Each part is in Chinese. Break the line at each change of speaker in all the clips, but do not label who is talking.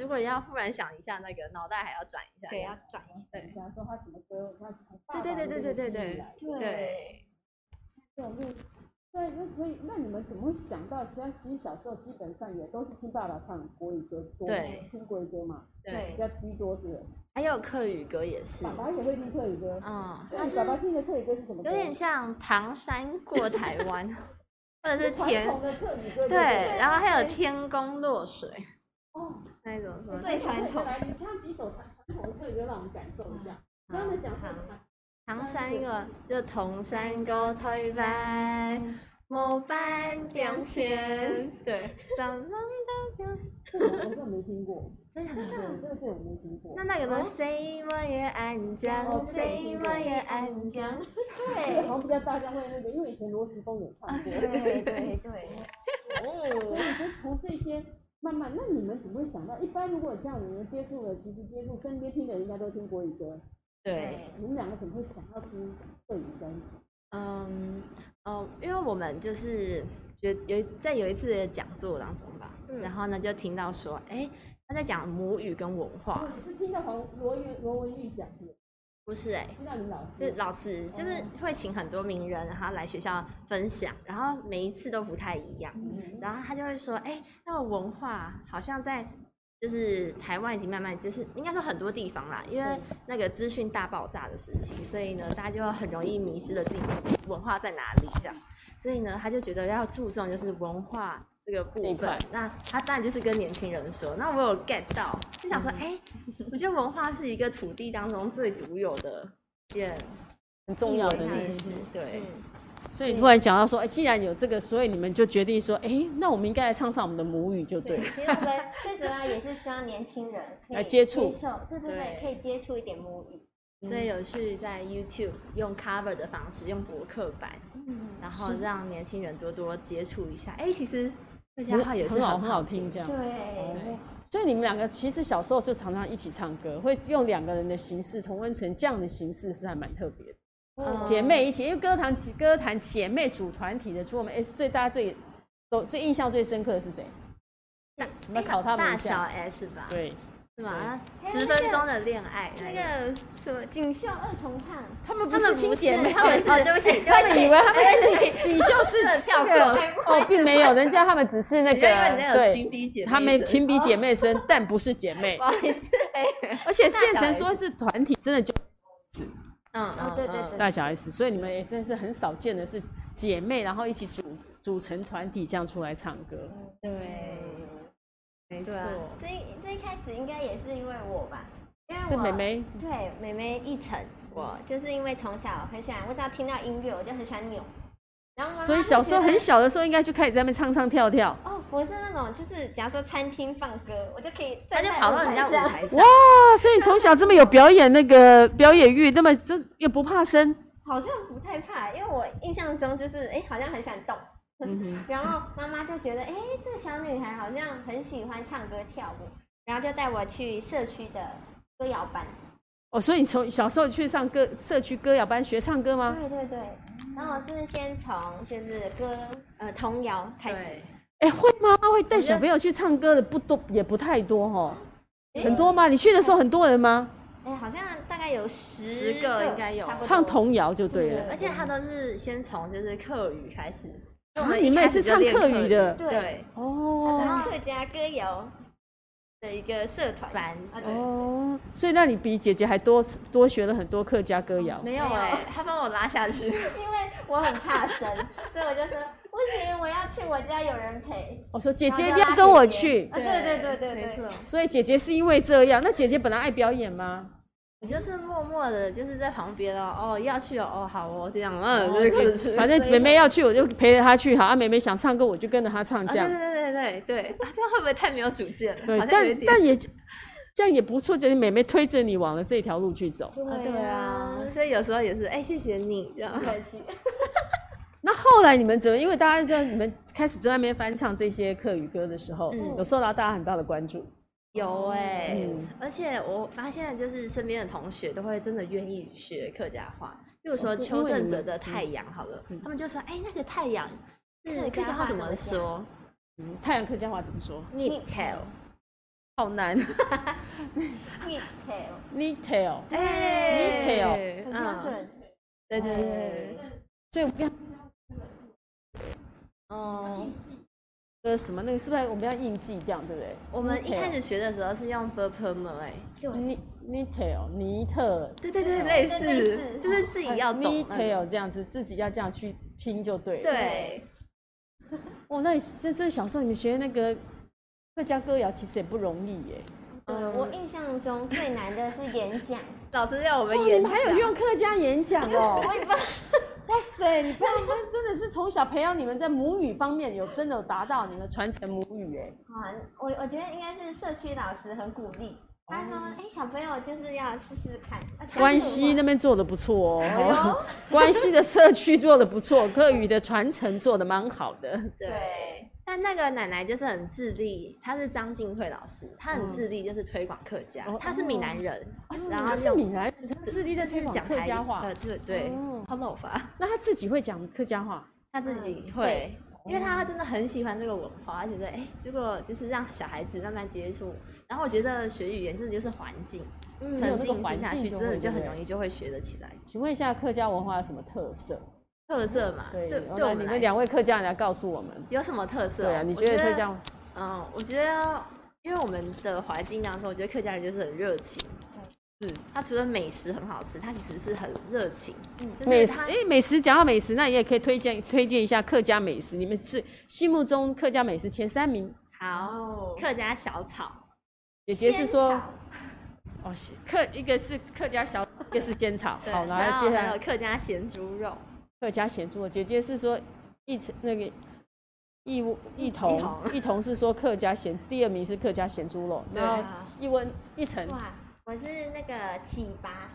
如果要忽然想一下那个，脑袋还要转一下。
对，要转一下。
对
比方说他怎么跟我他从爸
对对
爸
对
的
对对对
记忆
对
来的
对，
这种路，对，那所以那你们怎么会想到？其实其实小时候基本上也都是听爸爸唱国语歌多，
对
听国语歌嘛，
对
比较居多是。
还有客语歌也是
爸，爸也会听客语歌，
嗯，
那
但
你
是
爸爸听的客语歌是什么歌？
有点像《唐山过台湾》，或者是
传
天
统的客语歌，
对，然后还有
对
天宫落水
哦，
那种什么
最传统
来，你唱几首传统的客语歌，让我们感受一下。跟他们讲说，
唐山一个就铜山沟推拜，莫拜两千，对，什么都表，
这个我真的没听 过，
真的
这
很
个
棒。
这个我没听过。
那那个呢？谁我也安
哦
江，
这个我
谁
听
我
过
也安江。
这个
对
好像比较大家会那个，因为以前罗时丰有
啊
唱过。
对对 对，
哦
所以就从这些慢慢，那你们怎么会想到？一般如果这样，你们接触了，其实接触身边听的人应该都听国语歌，
对，
你们两个怎么会想要听粤语专辑？
嗯，哦，因为我们就是觉有在有一次的讲座当中吧，
嗯
然后呢就听到说，哎，他在讲母语跟文化，
嗯
哦你是听到罗罗云罗文玉讲的，
不是哎、
听到你老
就是
师，
老师，就是会请很多名人，然后来学校分享，然后每一次都不太一样。
嗯
然后他就会说：“哎、那个文化好像在就是台湾已经慢慢就是应该说很多地方啦，因为那个资讯大爆炸的时期，所以呢，大家就很容易迷失了自己的文化在哪里这样。所以呢，他就觉得要注重就是文化这个
这
部
一
分
块。
那他当然就是跟年轻人说，那我有 get 到，就想说，
嗯
哎、我觉得文化是一个土地当中最独有的一件
嗯
很重要的
一文
事
纪
情。
事。对，
所以突然讲到说，哎、既然有这个，所以你们就决定说，哎、那我们应该来唱唱我们的母语就对
对，
了。
其实我们最主要也是希望年轻人可
来
以
接触
接受，对对对，可以接触一点母语。
嗯
所以有去在 YouTube 用 cover 的方式，用博客版，
嗯，
然后让年轻人多多接触一下。哎、其实这些话也是
很好，很
很
好听这样。
对，
哦所以你们两个其实小时候就常常一起唱歌，会用两个人的形式，同温层这样的形式是还蛮特别的。
嗯
哦姐妹一起，因为歌坛歌坛姐妹组团体的，除我们 S 最大家最都最印象最深刻的是谁？
大
我们考他们
大
一
小
下。
S 吧，
对，
是吧？
对
十分钟的恋爱，
那个什么锦绣二重唱，
他们不
他
是
们
亲
不
姐
是，
妹，哦
他 们是，对不起，
他们以为他们是锦绣是
真的跳
那个
错了
哦，并没有，人家他们只是那
你就因为
个
人家有情比姐妹，哦
他们情比姐妹深，但不是姐妹
不，好意思， 哎，
而且变成说是团体，真的就
嗯
哦对对对
大小 S，所以你们也真是很少见的是姐妹，然后一起组组成团体这样出来唱歌。
对，没错
对，啊，这一这一开始应该也是因为我吧，因为
是
我
妹妹
对妹妹一层，我就是因为从小很喜欢，我只要听到音乐我就很喜欢扭，然后妈妈
所以
就
小时候
觉得
很小的时候，应该就开始在那边唱唱跳跳。
哦，我是那种就是假如说餐厅放歌，我就可以
他
站
就
在
跑到人家舞
上，
台上
哇，，啊所以你从小这么有表演那个表演欲，那么就也不怕生。
好像不太怕，因为我印象中就是哎、诶好像很喜欢动。
嗯
然后妈妈就觉得，哎、这个小女孩好像很喜欢唱歌跳舞，然后就带我去社区的歌谣班。
哦，所以你从小时候去上歌社区歌谣班学唱歌吗？
嗯
对对对，然后我是先从就是歌呃童谣开始，
对，
哎、会吗？会带小朋友去唱歌的不多，也不太多哈。
诶
很多吗？你去的时候很多人吗？
哎、好像大概有十
十个应该有
差不多
唱童谣就对了。
对
而且他都是先从就是课语开始，
啊
因为我们
你
一
们
开
也
始
是
就
唱
练
客语的
对，
哦
然后客家歌谣的一个社团
班
啊，对，
哦，所以那你比姐姐还多多学了很多客家歌谣。
没有
没有
哎、他帮我拉下去。
因为我很 怕生，所以我就说不行，我要去我家有人陪。
我哦说姐
然后
姐一
就
定要
拉
跟我
姐姐
去。
啊，对对对对对，
没错。
所以姐姐是因为这样，那姐姐本来爱表演吗？
我就是默默的，就是在旁边哦，哦要去哦，哦好哦，这样，嗯，就是过 去。
反正妹妹要去，我就陪着她去。好，啊，妹妹想唱歌，我就跟着她唱
啊
这
对
样。
对对对对对，啊，这样会不会太没有主见了？
对
好，像有一
但
点。
但也这样也不错，就是妹妹推着你往了这条路去走。
啊对啊，所以有时候也是，哎、谢谢你这样。
客气。
那后来你们怎么？因为大家就你们开始就在那边翻唱这些客语歌的时候，
嗯
有受到大家很大的关注。
有哎、
嗯
而且我发现就是身边的同学都会真的愿意学客家话，比如说
哦对
邱
因为
正
你
哲
们
的
嗯
太阳好了，
嗯
他们就说，哎、那个太阳是
客
客
家
家
话
话怎
怎
么
么
说
嗯，太阳客家话怎么说？
？Nitel，
好难
detail，
，detail。
哎
很标准。
对对对，
所以我们要
嗯，
呃什么那个是不是我们要印记这样，对不对？
我们一
Detail
开始学的时候是用 b u r p m 哎，
对，
Ni- detail 尼特
对对对，类
对
似
类似，
就是自己要懂那个。
detail 这样子，自己要这样去拼就对了。
对，
哇，那你在这小时候你们学那个客家歌谣，其实也不容易耶。
哦
嗯，我印象中最难的是演讲，
老师要我们
哦，你
演
们还有去用客家演讲 哦！
我也不知道
哇塞，你爸妈真的是从小培养你们在母语方面有真的有达到你们传承母语哎。
啊，我我觉得应该是社区老师很鼓励，他说：“哎、小朋友就是要试试看。啊”
关西那边做的不错
哎
哦， 关西的社区做的不错，客语的传承做的蛮好 的。
对，
但那个奶奶就是很致力，她是张静慧老师，她很
嗯
致力就是推广客家
哦，
她是闽南人
啊，是，
然
他
后
是
用
闽南人，他致力在
就
推
是
广
讲
客
台
家
语
话。
呃，对对
哦，
她漏法，
那他自己会讲客家话，
她自己
嗯
会
会。
因为她真的很喜欢这个文化，她觉得哎、如果就是让小孩子慢慢接触，然后我觉得学语言真的就是环境，
嗯
有
沉
那个
浸
环
式下
境
去，
就
真的
会
就
对
很
不
容
对
易就会学得起来。
请问一下客家文化有什么特色？
特色嘛，
对，
对，对
哦
我
那
们
你
来
们两
说
位客家人来告诉我们。
有什么特色哦？
对啊，你
我
觉得客家？
嗯，我觉得，因为我们的环境当中，我觉得客家人就是很热情。嗯
是
他除了美食很好吃，他其实是很热情。嗯，就是
美食？
他
哎，美食讲到美食，那你也可以推荐推荐一下客家美食。你们是心目中客家美食前三名？哦
好客家小炒，
姐姐是说
嗯仙草
哦，是客一个是客 家小，一个是仙草。
对
好，然
然
后
后
接下
还有
来
客家咸猪肉，
客家咸猪肉，姐姐是说一层那个。一屋一同
同
一同是说客家咸，第二名是客家咸猪肉，
对
然后
啊
一温一层
哇，我是那个启拔，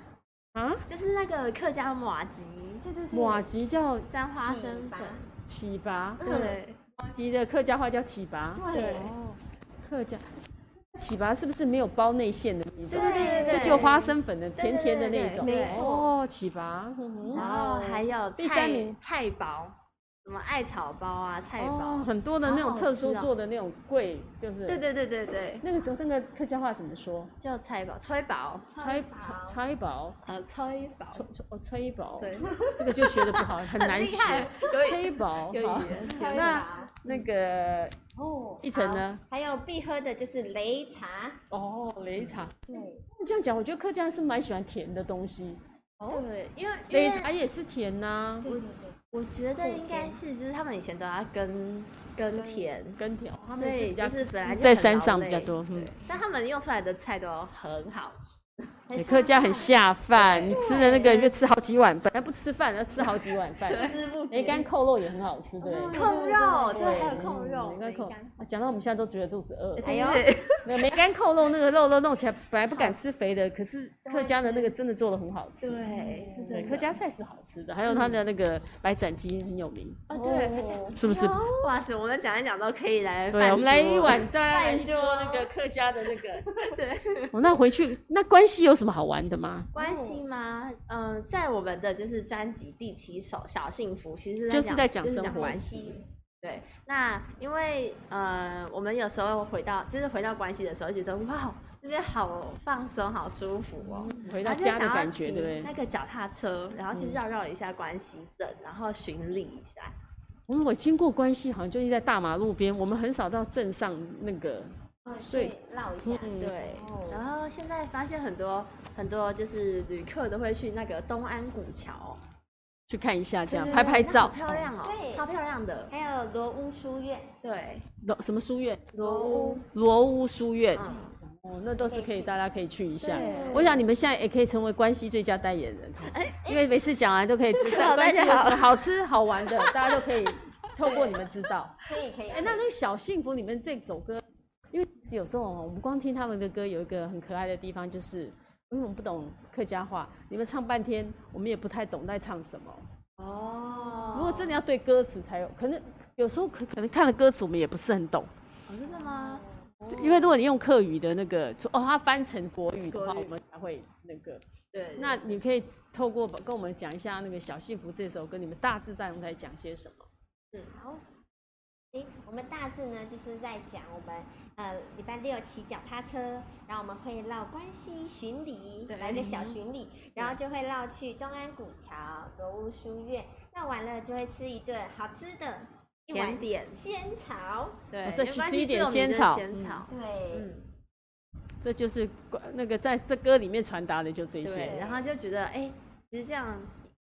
啊，
就是那个客家麻吉，
对对对，
马吉叫
沾花生
启拔
粉，
起拔，
对，
马吉的客家话叫起拔。
对
哦，客家起拔是不是没有包内馅的那种？
对对对对对
就只有花生粉的甜甜的那种。
对对对对没
错
哦，起拔，嗯
然
哼，
后还有
第
菜
三名
菜包，什么艾草包啊，菜
哦
包，，
很多的那
好
种
好
特
吃
殊
哦
做的那种贵，就是
对对对对对，
那个那个客家话怎么说？
叫菜包，菜包，
拆
薄
拆薄，
呃，菜包，
拆哦拆薄，
对，
这个就学的不好，很难
厉
学。
害，有
拆薄，
有
好
语言天
那那个
哦，
一层呢
好？还有必喝的就是擂茶，
哦，擂茶。
对，
那这样讲，我觉得客家是蛮喜欢甜的东西，
对，因为因为
擂茶也是甜呐、
对对对，
我觉得应该
甜
是，就是他们以前都要耕耕田，
跟甜。他
所
们是
以
比较
就是本来就
在
很
山
劳
上比较
累
多嗯
对，但他们用出来的菜都很好吃。
对客家很下饭，你吃的那个就吃好几碗，本来不吃饭，要吃好几碗 饭。
知不
梅干扣肉也很好吃，对。
控肉，
对
哦对，还有控肉，
梅干扣
梅干
啊，讲到我们现在都觉得肚子饿。
哎
哎
呦
呦，
那个梅干扣肉那个肉都弄起来，本来不敢吃肥的，可是客家的那个真的做的很好吃。
哦对，是
嗯对，
真
客
的
家菜是好吃的，还有它的那个白斩鸡很有名，
哦，啊对，
哦
是不是？
哇塞，我们讲一讲都可以来，
对，我们来一，碗，再来
饭
一桌
桌
那个客家的那个。
对，
哦，那回去那关西有什么好玩的吗？
关系吗？嗯，在我们的就是专辑第七首《小幸福》，其实
就是在讲
就是
生
讲
活
关系。对，那因为呃，我们有时候回到就是回到关系的时候，觉得哇，这边好放松，好舒服哦。
嗯回到
然后就
家的
想要
感觉，
骑
对不对
那？个脚踏车，然后去绕绕一下关西镇，然后巡礼一下。
嗯，我经过关西，好像就是在大马路边，我们很少到镇上那个。
哦
所以
去绕一下，
嗯，
对，
哦
然后现在发现很多很多就是旅客都会去那个东安古桥，
去看一下，这样
对对
拍
对
拍
那
照
好。漂亮哦，
对
超漂亮的。
还有罗屋书院，
对，
罗什么书院？
罗屋，
罗屋书院。
嗯，
哦，那都是可以，大家可以去一下。
对
我想你们现在也可以成为关西最佳代言人，
哎
因为每次讲完都可以知 道
好
关西有什
大
么
家
好吃好玩的，大家都可以透过你们知道。
可以可以，
哎、那那个小幸福里面这首歌，因为其实有时候哦我们光听他们的歌，有一个很可爱的地方，就是因为我们不懂客家话，你们唱半天，我们也不太懂在唱什么。
哦，
如果真的要对歌词才有，可能有时候可可能看了歌词，我们也不是很懂。
哦，真的吗？哦
因为如果你用客语的那个哦，它翻成国语的话，
国语
我们才会那个。
对，
那你可以透过跟我们讲一下那个《小幸福》这首歌，你们大致上在讲些什么？
好，诶，我们大致呢就是在讲我们呃礼拜六骑脚踏车，然后我们会绕关西巡礼，
对嗯
来个小巡礼，然后就会绕去东安古桥、国务书院，那完了就会吃一顿好吃的，一碗
甜点，
仙草，
对，
再
没
去
关
吃
系
一点
只有
仙
名字
草
仙
嗯
草，
对，
嗯，
这就是关那个在这歌里面传达的就这
对，
些。
然后就觉得，哎、其实这样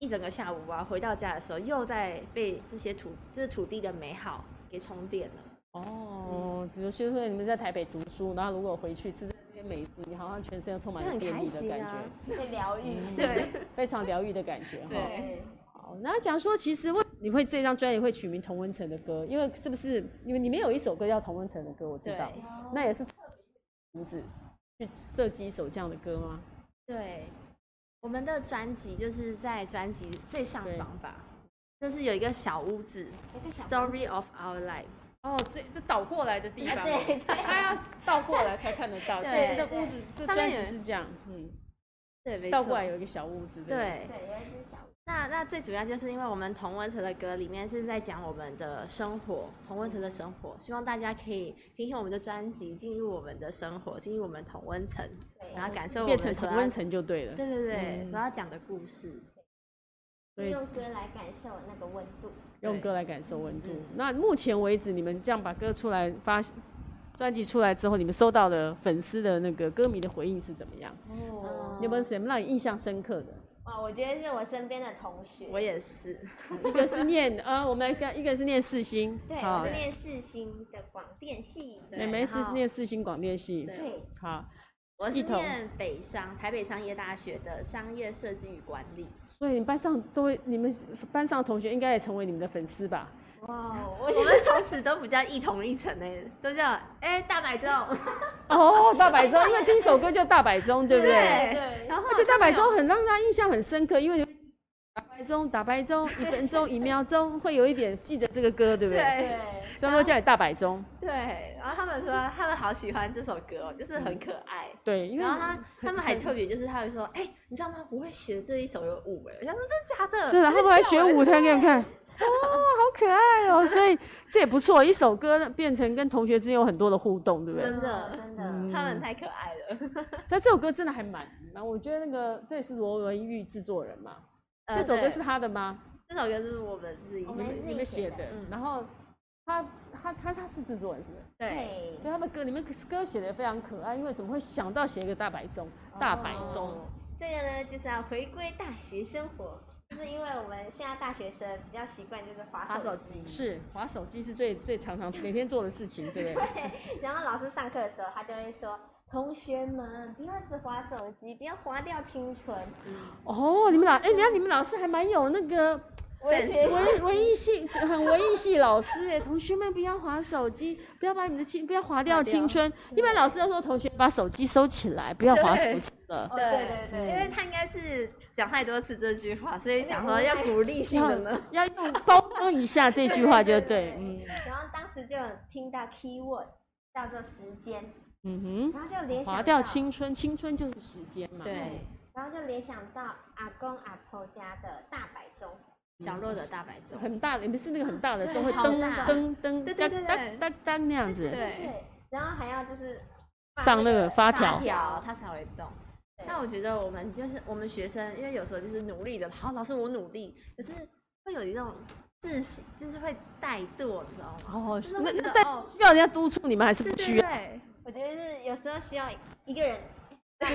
一整个下午啊，回到家的时候，又在被这些土，就是土地的美好给充电了。
哦，比如说你们在台北读书，然后如果回去吃这些美食，你好像全身都充满
就
了
很
电
开
力的
心
感
啊
觉，
被疗愈，
对，
非常疗愈的感 觉哈。
对，
好，那讲说其实为你会这张专辑会取名童文成的歌，因为是不是因为里面有一首歌叫童文成的歌，我知道，
对
那也是特别名字去设计一首这样的歌吗？
对，我们的专辑就是在专辑最上
对
方吧，就是有一个小屋子
有个小
，Story of Our Life。
哦，这这倒过来的地 方
对对
它要倒过来才看得到。其
对
实那屋子这
上
专
面
辑
有
是这样，嗯，
对，没
倒
错
过来有一个小屋子，不
对，
对，有一只小
那那最主要就是因为我们童文成的歌里面是在讲我们的生活，童文成的生活，希望大家可以听听我们的专辑，进入我们的生活，进入我们童文成，
对
然后感受我
变
们
成
所
童
要
文成就对了。
对对对，
嗯
所要讲的故事，
所以
用歌来感受那个温度。
用歌来感受温度。那目前为止，你们这样把歌出来发，专辑出来之后，你们收到的粉丝的那个歌迷的回应是怎么样？
哦
有没有什么让你印象深刻的？
哇，哦我觉得是我身边的同学，
我也是，
一个是念呃，我们来看，一个是念四星，
对，
好
我是念世新的广电系，
对
妹妹
然
是
后
念四星广电系，
对
对，
好，
我是
一同
念北商台北商业大学的商业设计与管理，
所以你们班上都会，你们班上同学应该也成为你们的粉丝 吧？
哇哦，
我
我
们从此都不叫一同一层诶，都叫哎、大白粽，
哦，大白钟，因为第一首歌就大白钟，对不对？
对
然后
而且大白钟很让他印象很深刻，因为打白钟，打白钟，一分钟，一秒钟，会有一点记得这个歌，对不对？
对。
对，
所以他们都叫你大白钟，
对，然后他们说他们好喜欢这首歌哦，就是很可爱。
对，因为
然后他他们还
很
特别，就是他会说，哎、你知道吗？我会学这一首有舞哎，我想说真假的？
是的，啊
你
他
在
们还
跳
学
欸
舞，台给你看。哦，好可爱哦！所以这也不错，一首歌变成跟同学之间有很多的互动，对不对
真？的
真的，
嗯
他们太可爱 了。
但这首歌真的还蛮蛮，我觉得那个这也是罗文玉制作人嘛，
呃
这首歌
对
是他的吗？
这首歌是我们自己
我
写
们
的，
自
你
己
们
写
写
的
的
嗯，
然后他他他他是制作人是不是？
对，
对，
对，他们歌里面歌写的非常可爱，因为怎么会想到写一个大白钟？大白钟，
哦这个呢，就是要回归大学生活，就是因为我们现在大学生比较习惯就是
滑
滑
手
手
机嗯
机，
是划手机是最最常常每天做的事情，对不对？
然后老师上课的时候，他就会说。同学们，不要一直划手机，不要划掉青春。嗯
哦，你们老哎，你看你们老师还蛮有那个
我也学
文文艺系，很文艺系老师哎，同学们不要划手机，不要把你的青不要划掉青春。一般老师都说同学把手机收起来，不要划手机了。
哦，对对对，
因为他应该是讲太多次这句话，所以想说要鼓励性的 呢。
要用包装一下这句话就对，嗯
然后当时就有听到 keyword 叫做时间，
嗯
然后就联
哼，
想
划
到
掉青春，青春就是时间嘛。
对，
然后就联想到阿公阿婆家的大摆钟，
小洛的大白粽，
很大的，你们是那个很大的
对
钟会
好
噔
大
噔噔
对
哒
对对
哒
对
哒哒那样子，
对，
对，然后还要就是
上那个发
发
条。
条它才会动。
对
那我觉得我们就是我们学生，因为有时候就是努力的，好，老师我努力，可是会有一种窒息，就是会怠惰，你知道吗？
哦
就是，
那
会觉
那
得
但
哦，
需要人家督促你们还是
对
不需
对
要？
对，
我觉得是有时候需要一个 人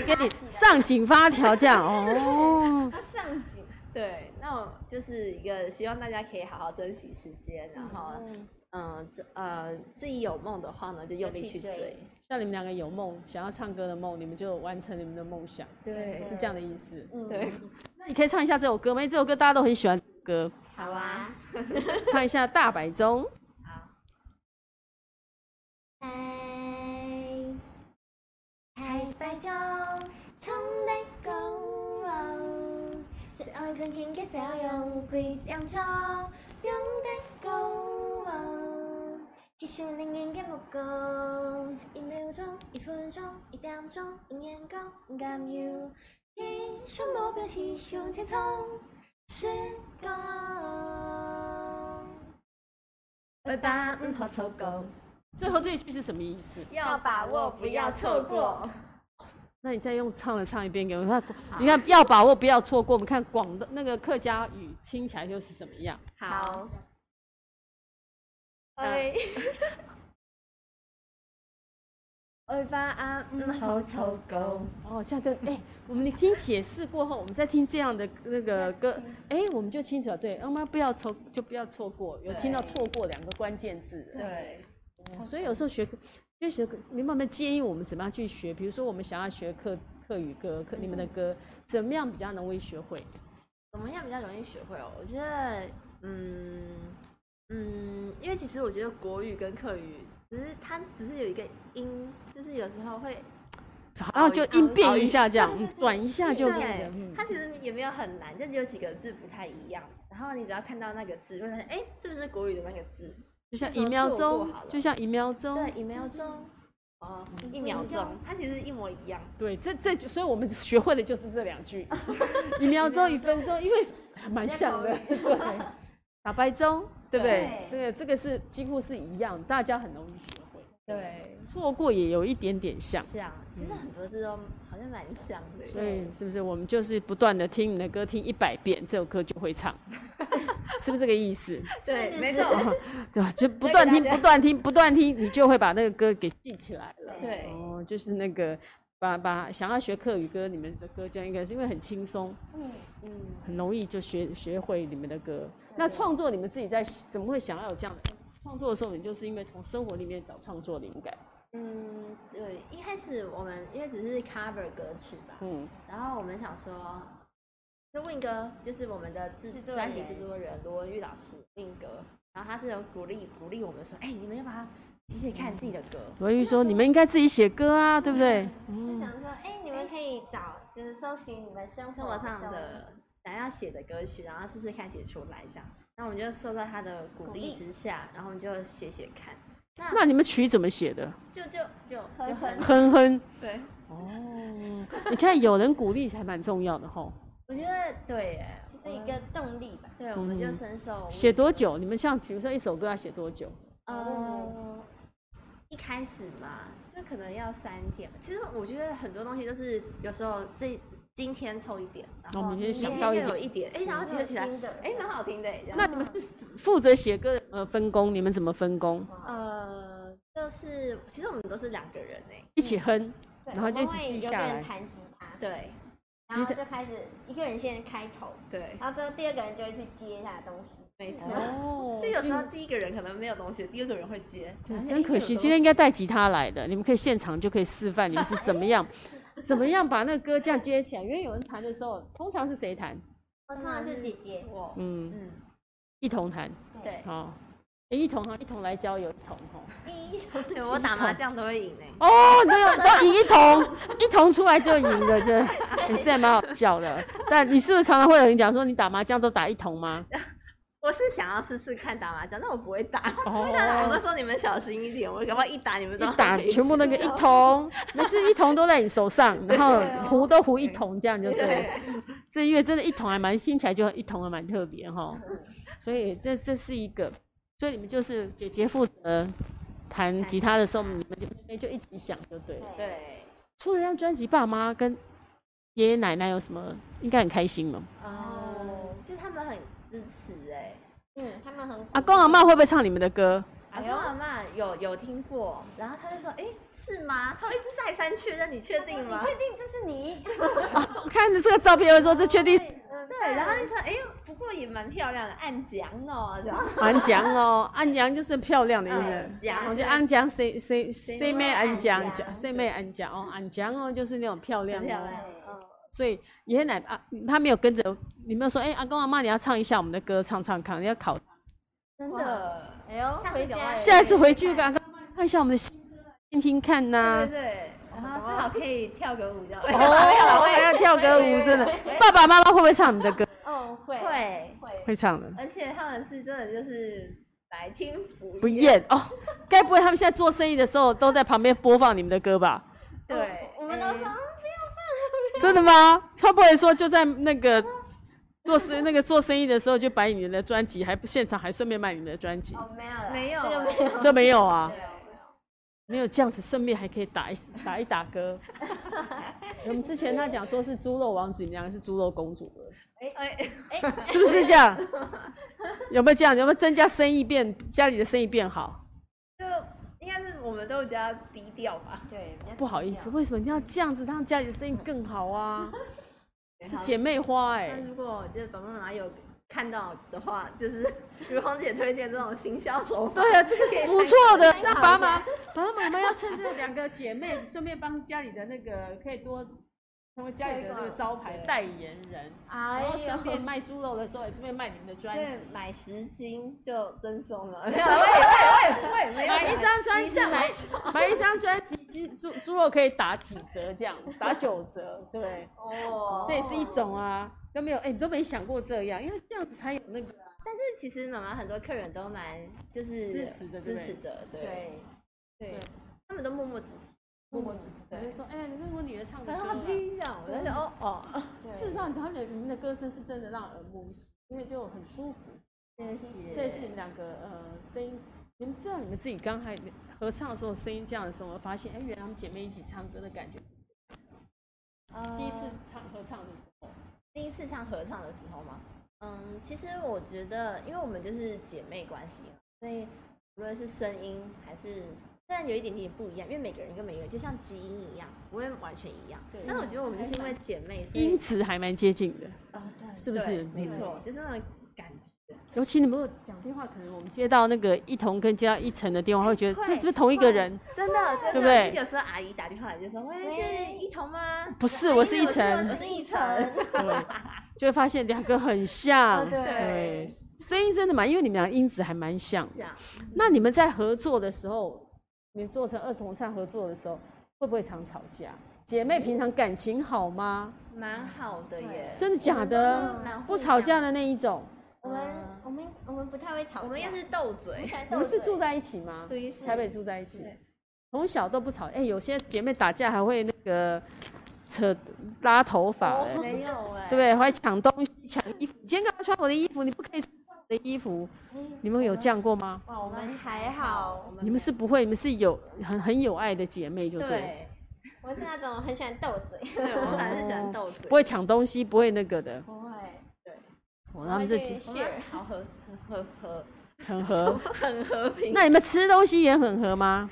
就给你上紧发条这 样哦。
要上紧，
对，那我就是一个希望大家可以好好珍惜时间，然后嗯，这呃自己有梦的话呢，就用力去追，
像你们两个有梦，想要唱歌的梦，你们就完成你们的梦想，
对
是这样的意思。
嗯，
对，
那你可以唱一下这首歌吗？因为这首歌大家都很喜欢，歌
好啊。
唱一下《大白钟》。
开开白粥，冲得高哦，最愛困境嘅時候用攰兩鐘，用得高哦，其實靈驗嘅目光，一秒鐘、一分鐘、一秒鐘、一年高，唔甘要，一生目標是向前衝，是高。
拜拜，嗯，好丑狗，
最后这一句是什么意思？
要把握，不要错过。
那你再用唱的唱一遍给我们看。你看，要把握，不要错过。我们看广东那个客家语听起来又是怎么样？
好，
哎，
拜拜啊，嗯，好丑狗。
哦，这样 跟哎、我们听解释过后，我们再听这样的那个歌，哎、我们就清楚了。对，我们不要错，就不要错过，有听到错过两个关键字了。
对，
所以有时候学歌，因为学歌，你慢慢建议我们怎么样去学。比如说，我们想要学客客语歌，客你们的
嗯
歌，怎么样比较容易学会？
怎么样比较容易学会哦？我觉得，嗯嗯，因为其实我觉得国语跟客语，只是它只是有一个音，就是有时候会
好像就应变一下这样
熬一熬一，
转一下就
对，
是那个。嗯
它其实也没有很难，就只有几个字不太一样。然后你只要看到那个字，就会发现，哎、是不是国语的那个字？
就像
那时
一
候
秒
错
钟
过好，了
就像一秒
对
钟，，
一秒钟，哦，一秒钟，它其实一模一样。
对，这这就，所以我们学会的就是这 两句，一秒钟、一分钟，因为蛮像的， 对，打白钟，对不对
对？
这个这个是几乎是一样，大家很容易学会，
对，
错过也有一点点像。
是啊，其实很多字都好像蛮像的。
所以是不是我们就是不断的听你的歌，听一百遍，这首歌就 会唱，是不是这个意思？
对，
是
没
是
错。
对吧，就不
那个
断
大
听，
家
不断听，不断听，你就会把那个歌给记起来了。
对
哦，就是那个把把想要学客语歌，你们的歌这样应该是因为很轻松，
嗯，
嗯，
很容易就学学会你们的歌。那创作你们自己在怎么会想要有这样的创作的时候，你就是因为从生活里面找创作灵感。
嗯，对，一开始我们因为只是 cover 歌曲吧，
嗯，
然后我们想说，就问哥，就是我们的制
制作
专辑
人
制作人罗文玉老师，问哥，然后他是有鼓励鼓励我们说，哎、你们要把它写写看自己的歌，
罗玉说你们应该自己写歌啊，对不对？
就
嗯，
想说，哎，你们可以找，就是搜寻你们生活
生活上
中
的想要写的歌曲，然后试试看写出来这样。那我们就受到他的鼓
鼓
励
励
之下，然后我们就写写看，
嗯那你们曲怎么写的？
就就就就
很
很
哼哼。
对，
哦，你看有人鼓励才蛮重要的吼。
我觉得对耶，
就是一个动力吧。
对，我们就
嗯
深受
写多久？你们像比如说一首歌要写多久？
呃，
哦
一开始嘛，就可能要三天。其实我觉得很多东西都是有时候这今天凑一点，然
哦
后
明天
明
想
天
到
又
一嗯
有一点，哎、然后结合起来
新的，
哎、蛮好听的耶。这样
那你们是负责写歌的呃分工？你们怎么分工？
哦
呃，就是其实我们都是两个人哎、
一起哼，
对
然后就一
我
起
会
记
有
下
个人
来
弹吉他，
对
吉
然后
他
就开始一个人先开头，
对，
然后最后第二个人就会去接他的东西。
没错。
哦
就有时候第一个人可能没有东西，第二个人会接，哎
对
然后就
真可惜，今天应该带吉他来的，你们可以现场就可以示范你们是怎么 样，怎么样把那个歌这样接起来。因为有人弹的时候，通常是谁弹？
我通常是姐姐，
我
嗯，
嗯
一同弹。
嗯
对，
哦，诶一同哈，一同来交友，一同哈。
对
嗯
我打 麻将都会赢哎、
哦，你有都赢一桶，一桶出来就赢了，这你这也蛮好笑的。但你是不是常常会有人讲说你打麻将都打一桶吗？
我是想要试试看打麻将，但我不会打。
哦
我都说你们小心一点，我搞不好一打你们都
一打
没
全部那个
吃
一桶，每次一桶都在你手上，然后糊都糊一桶，这样就哦对了。
对，
这因为真的，一桶还蛮听起来就一桶还蛮特别哈。所以这这是一个，所以你们就是姐姐负责弹吉他的时候，你们就你们就一起想就对了。
对，
对，
出了这张专辑，爸妈跟爷爷奶奶有什么应该很开心吧？
哦
哦，
就他们很支持哎、
嗯，他们很
阿公阿妈会不会唱你们的歌？
阿
哎
公
呦
阿妈有有听过，然后他就说，哎、是吗？他会一直再三确认，你确定吗
哎你？确定这是你？
我看着这个照片会说这确定
嗯，
对，然后就说，哎、不过也蛮漂亮的，按奖哦，这样。
安江哦， 安江就是漂亮的意
嗯
思。
奖
我就安江谁谁谁妹安江
安，江
谁妹安江哦，安江哦就是那种漂亮
很漂
哦
亮。
嗯，
所以爷爷奶奶啊，他没有跟着，你没有说哎、阿公阿妈你要唱一下我们的歌，唱唱看，要考。
真的，
哎呦，
下次
回
赶快
家
下一次回去跟阿公阿嬷看一下我们的新歌，听听看呐、
对对对，然后正好可以跳个舞这样。
啊哦，还要跳歌舞，真的。爸爸妈妈会不会唱你的歌？
嗯，会
会，
会，
会唱的。
而且他们是真的就是来听福
不厌哦，该不会他们现在做生意的时候都在旁边播放你们的歌吧？
对，
哦我们都
嗯
说
真的吗？他不会说就在那个做生那个做生意的时候就摆你们的专辑，还不现场还顺便卖你们的专辑，
哦，没有啦，
没有
这个没 有，
这没有啊
没？有
没有这样子，顺便还可以打一 打一打歌。我们之前他讲说是猪肉王子，你们两个是猪肉公主了。
哎，
是不是这样？有没有这样？有没有增加生意变家里的生意变好？
就应该是我们都比较低调吧。
对，比较
不好意思，为什么你要这样子让家里的生意更好啊？是
好
姐妹花哎、
那如果就是爸爸妈妈有看到的话，就是 如红姐推荐这种行销手法，
对 啊，这个
可以
是
参
不错的
参。考一
那
下
爸妈爸爸妈妈要趁这两个姐妹，顺便帮家里的那个可以多成为家里的那个招牌代言人，
哎
然后
呦
顺，便卖猪肉的时候也顺便卖你们的专辑
对，。买十斤就赠送了。没有，喂喂喂喂，没有
哎买一张专辑，
你干嘛
买买一张专辑，鸡猪猪肉可以打几折？这样打九折，对不对？
哦
这也是一种啊，都没有，哎、你都没想过这样，因为这样子才有那个
但是其实妈妈很多客人都蛮就是
支持的对
支
不对
持的，对
对，
对
对，
他们都默默支持，
默默支持。
对
有人嗯说，哎、呀，你看我女儿唱的
很
歌、
好
啊，
听这样，我在想哦哦，
对
事实上，他的你们的歌声是真的让耳目一新，因为就很舒服。
谢谢，
这也是你们两个呃声音，你们知道你们自己刚才合唱的时候声音这样的时候，我发现，哎、原来她们姐妹一起唱歌的感觉。
呃
第一次唱合唱的时候，
第一次唱合唱的时候吗？嗯，其实我觉得，因为我们就是姐妹关系嘛，所以无论是声音还是虽然有一点点不一样，因为每个人跟每个人就像基因一样，不会完全一样。
对
但是我觉得我们就是因为姐妹，所以
音质还蛮接近的，
啊对，
是不是
对？没
嗯
错，就是那种感觉。
尤其你们如果讲电话，可能我们接到那个一同跟接到一层的电话，会觉得
会
这是不是同一个人？
真的，真的，
对不对
有时候阿姨打电话来就说：“喂，
喂
是一彤吗？”
不是，我是一
我
层，
是一层，
对，就会发现两个很像，
哦对
对，声音真的蛮，因为你们俩音质还蛮像。
是啊，
那你们在合作的时候，你们做成二重唱合作的时候，会不会常吵架？姐妹平常感情好吗？
蛮好的耶。
嗯真的假
我们
的
都？嗯蛮互
不吵架
相
的那一种？
我
嗯
们我们我们不太会吵架，
我们也是斗嘴，
喜欢
你
斗
们
嘴
是住在一起吗？
注意是
台北住在一起
对，
从小都不吵。哎、有些姐妹打架还会那个扯拉头发、哎
没有哎，
对不对？还抢东西、抢衣服。你今天干嘛穿我的衣服？你不可以穿我的衣服。你们有这样过吗？
嗯哇，我们还好，
你们是不会，你们是有很很有爱的姐妹，就对了，
对，
我是那种很喜欢斗嘴，
对我们还是喜欢斗嘴
哦不。会抢东西，不会那个的。
不会，
哦，他们这姐
我们会
好和和和
很合。
很和平。
那你们吃东西也很合吗？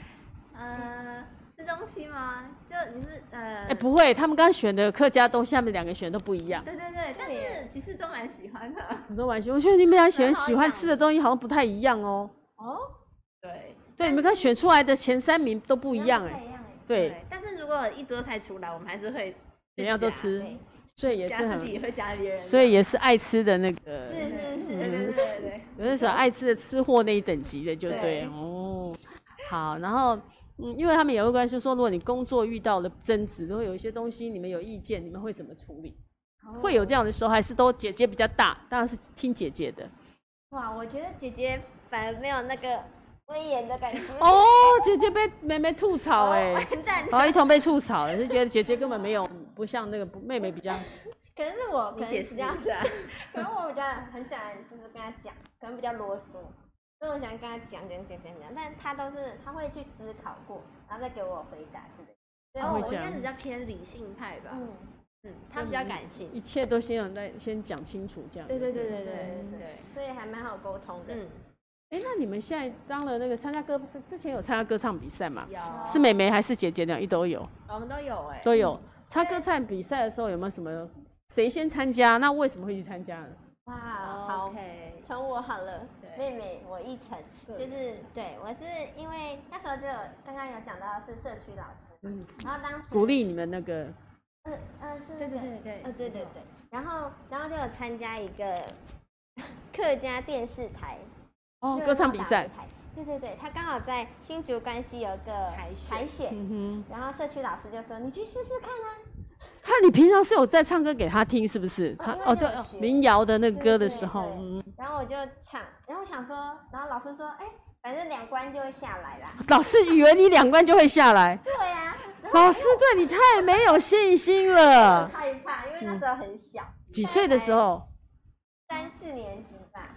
呃，吃东西吗？就你是呃，
哎、不会，他们刚选的客家东西，他们两个选的都不一样。
对对对，但
耶
是其实都蛮喜欢的。
你说完全，我觉得你们俩选
蛮好
喜欢
养
吃的东西好像不太一样哦。
哦，
对
对，你们刚选出来的前三名都不一样哎、
不太一样哎，
对，，
但是如果一桌菜出来，我们还是会
怎样都
夹，
吃
对，
所以也
夹
是
自己也
很，
会加别人的，
所以也是爱吃的那个。
是是是，
对对对对对。
有的时候爱吃的吃货那一等级的就对
对
哦。好，然后嗯，因为他们也会关心说，如果你工作遇到了争执，如果有一些东西你们有意见，你们会怎么处理？
哦欸
会有这样的时候，还是都姐姐比较大，当然是听姐姐的。
哦哇，我觉得姐姐反而没有那个威严的感觉，哦
哦，姐姐被妹妹吐槽 哎、
完蛋，
然后一同被吐槽了，就觉得姐姐根本没有不像那个不妹妹比较
可能是我，可
你
能
解
比
释
较
一下，
可能我比较很喜欢，就是跟他讲，可能比较啰嗦，所以我喜欢跟他讲讲讲讲讲，但他都是他会去思考过，然后再给我回答之类的。
对，
他
我
会
应
这样
该比较偏理性派吧，
嗯，
嗯，他比较感性，
一切都先有在先讲清楚这样。
对对对对对
嗯
对，
所以还蛮好沟通的。
嗯，
哎、那你们现在当了那个参加歌，之前有参加歌唱比赛吗？
有，
是妹妹还是姐姐两一都有
我们都有哎，
都有。唱歌唱比赛的时候有没有什么谁先参加？那为什么会去参加呢？
哇，
好
好，
哦，OK，
从我好了
对，
妹妹我一层，
对
就是对我是因为那时候就有刚刚有讲到是社区老师，
嗯，
然后当时
鼓励你们那个
嗯嗯是
对对
那个
对对，
呃，对对
没错，
对，然后然后就有参加一个 客家电视台
哦
热
歌唱
闹
比
打
赛
擂，台，对对对，他刚好在新竹关西有个
海选
海选，
嗯
然后社区老师就说你去试试看啊，
哼，看你平常是有在唱歌给他听是不是？他
因为他
哦对
有
哦
学
民谣的那个
对
歌的
对
时候，
对
嗯，
然后我就唱，然后我想说，然后老师说，哎，反正两关就会下来啦，
老师以为你两关就会下来，
对啊呀、
老师对你太没有信心
啊，
了嗯
很。害怕，因为那时候很小，
几岁的时候？
三四年级吧，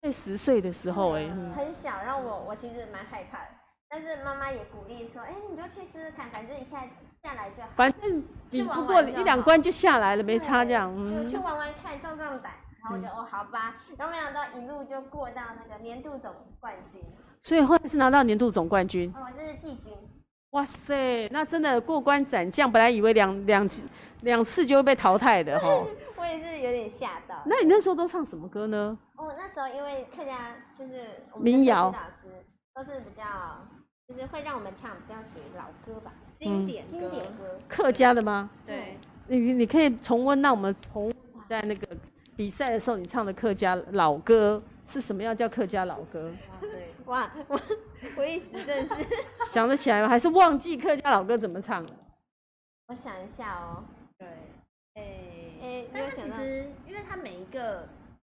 在十岁的时候哎、嗯
很小，让我我其实蛮害怕的，但是妈妈也鼓励说，哎、你就去试试看，反正一下下来就好，
反正比不过一两关就下来了，没差这样。
就去
嗯，
玩玩看，壮壮胆。然后我就、哦好吧，然后没想到一路就过到那个年度总冠军，
所以后来是拿到年度总冠军。
哦，我是季军，
哇塞，那真的过关斩将，本来以为两两次两次就会被淘汰的哈。
我也是有点吓到。
那你那时候都唱什么歌呢？
我哦那时候因为客家就是我们的
民
设计老
谣
师都是比较，就是会让我们唱比较属于老歌吧，
嗯
经典歌
经典歌。
客家的吗？
对，
你你可以重温，让我们重温在那个比赛的时候你唱的客家老歌是什么样叫客家老歌？
哇塞，
哇，我我一时真的是，
想得起来吗？还是忘记客家老歌怎么唱了？
我想一下哦，
对，
哎、
诶，
你
但
有
它
想
其
到？
实因为它每一
哦
个，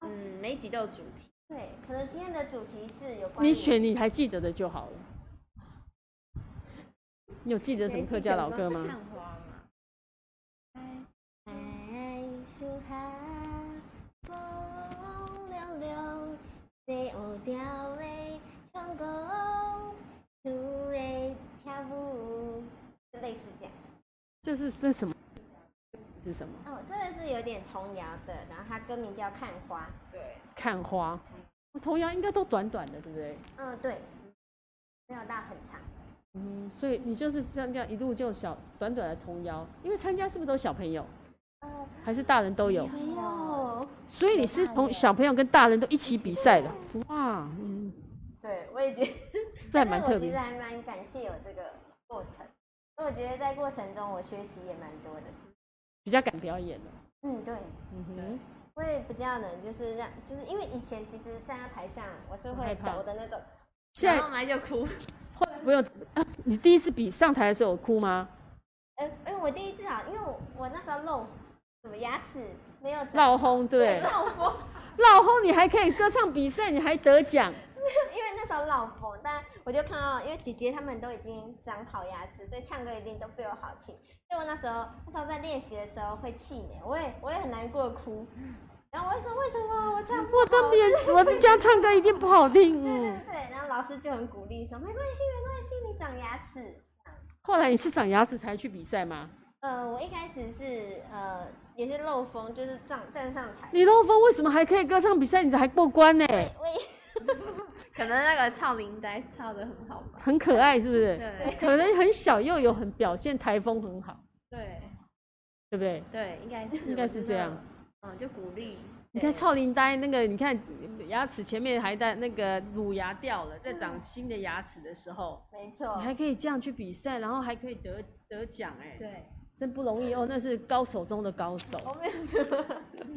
嗯，每一集都有主题，
对，可能今天的主题是有关于
你选你还记得的就好了。你有记得什么客家老歌吗？
探花嘛，
爱树下风凉凉，西有条的唱歌，土的跳舞，就类似这样。
这是这是什么？是什么？
哦，这个是有点童谣的，然后它歌名叫《看花》。
对，
看花。哦童谣应该都短短的，对不对？
嗯，对，没有到很长。
嗯，所以你就是这样这样一路就小短短的童谣，因为参加是不是都小朋友，
哦，
还是大人都有？
没有。
所以你是从小朋友跟大人都一起比赛的，哇，嗯，
对，我也觉得，
这还
但
蛮
是
特
我其
别
实。还蛮感谢有这个过程，因为我觉得在过程中我学习也蛮多的。
比较敢表演了。
嗯，对，
嗯哼，
我也比较能就是让，就是因为以前其实站在台上我是
很害
会
怕
抖的那种，
现
然后
在
来就哭，
后来不用、啊。你第一次比上台的时候有哭吗？
呃，因为我第一次啊，因为我我那时候漏什么牙齿没有长
闹轰对，
漏 风，
闹轰你还可以歌唱比赛，你还得奖，
因为那时候漏风，但我就看到因为姐姐她们都已经长好牙齿，所以唱歌一定都比我好听，所以我那时候那时候在练习的时候会气馁，我也我也很难过 哭，然后我会说为什么我唱不
我的
好
脸，我的这样唱歌一定不好听。
对对
嗯，
对，然后老师就很鼓励说没关系没关系，你长牙齿。
后来你是长牙齿才去比赛吗？
呃，我一开始是呃也是漏风，就是站站上台，
李东峰为什么还可以歌唱比赛，你还过关呢、
我也
可能那个唱铃呆唱的很好吧，
很可爱是不是？
对
可能很小又有很表现，台风很好，
对
对不对？
对，应该是
应该是这样，
我觉得嗯，就鼓励，
你看
对
超龄呆那个，你看牙齿前面还带那个乳牙掉了，在长新的牙齿的时候，
没错
你，还可以这样去比赛，然后还可以得得奖，哎，
对，
真不容易哦，那是高手中的高手。
我没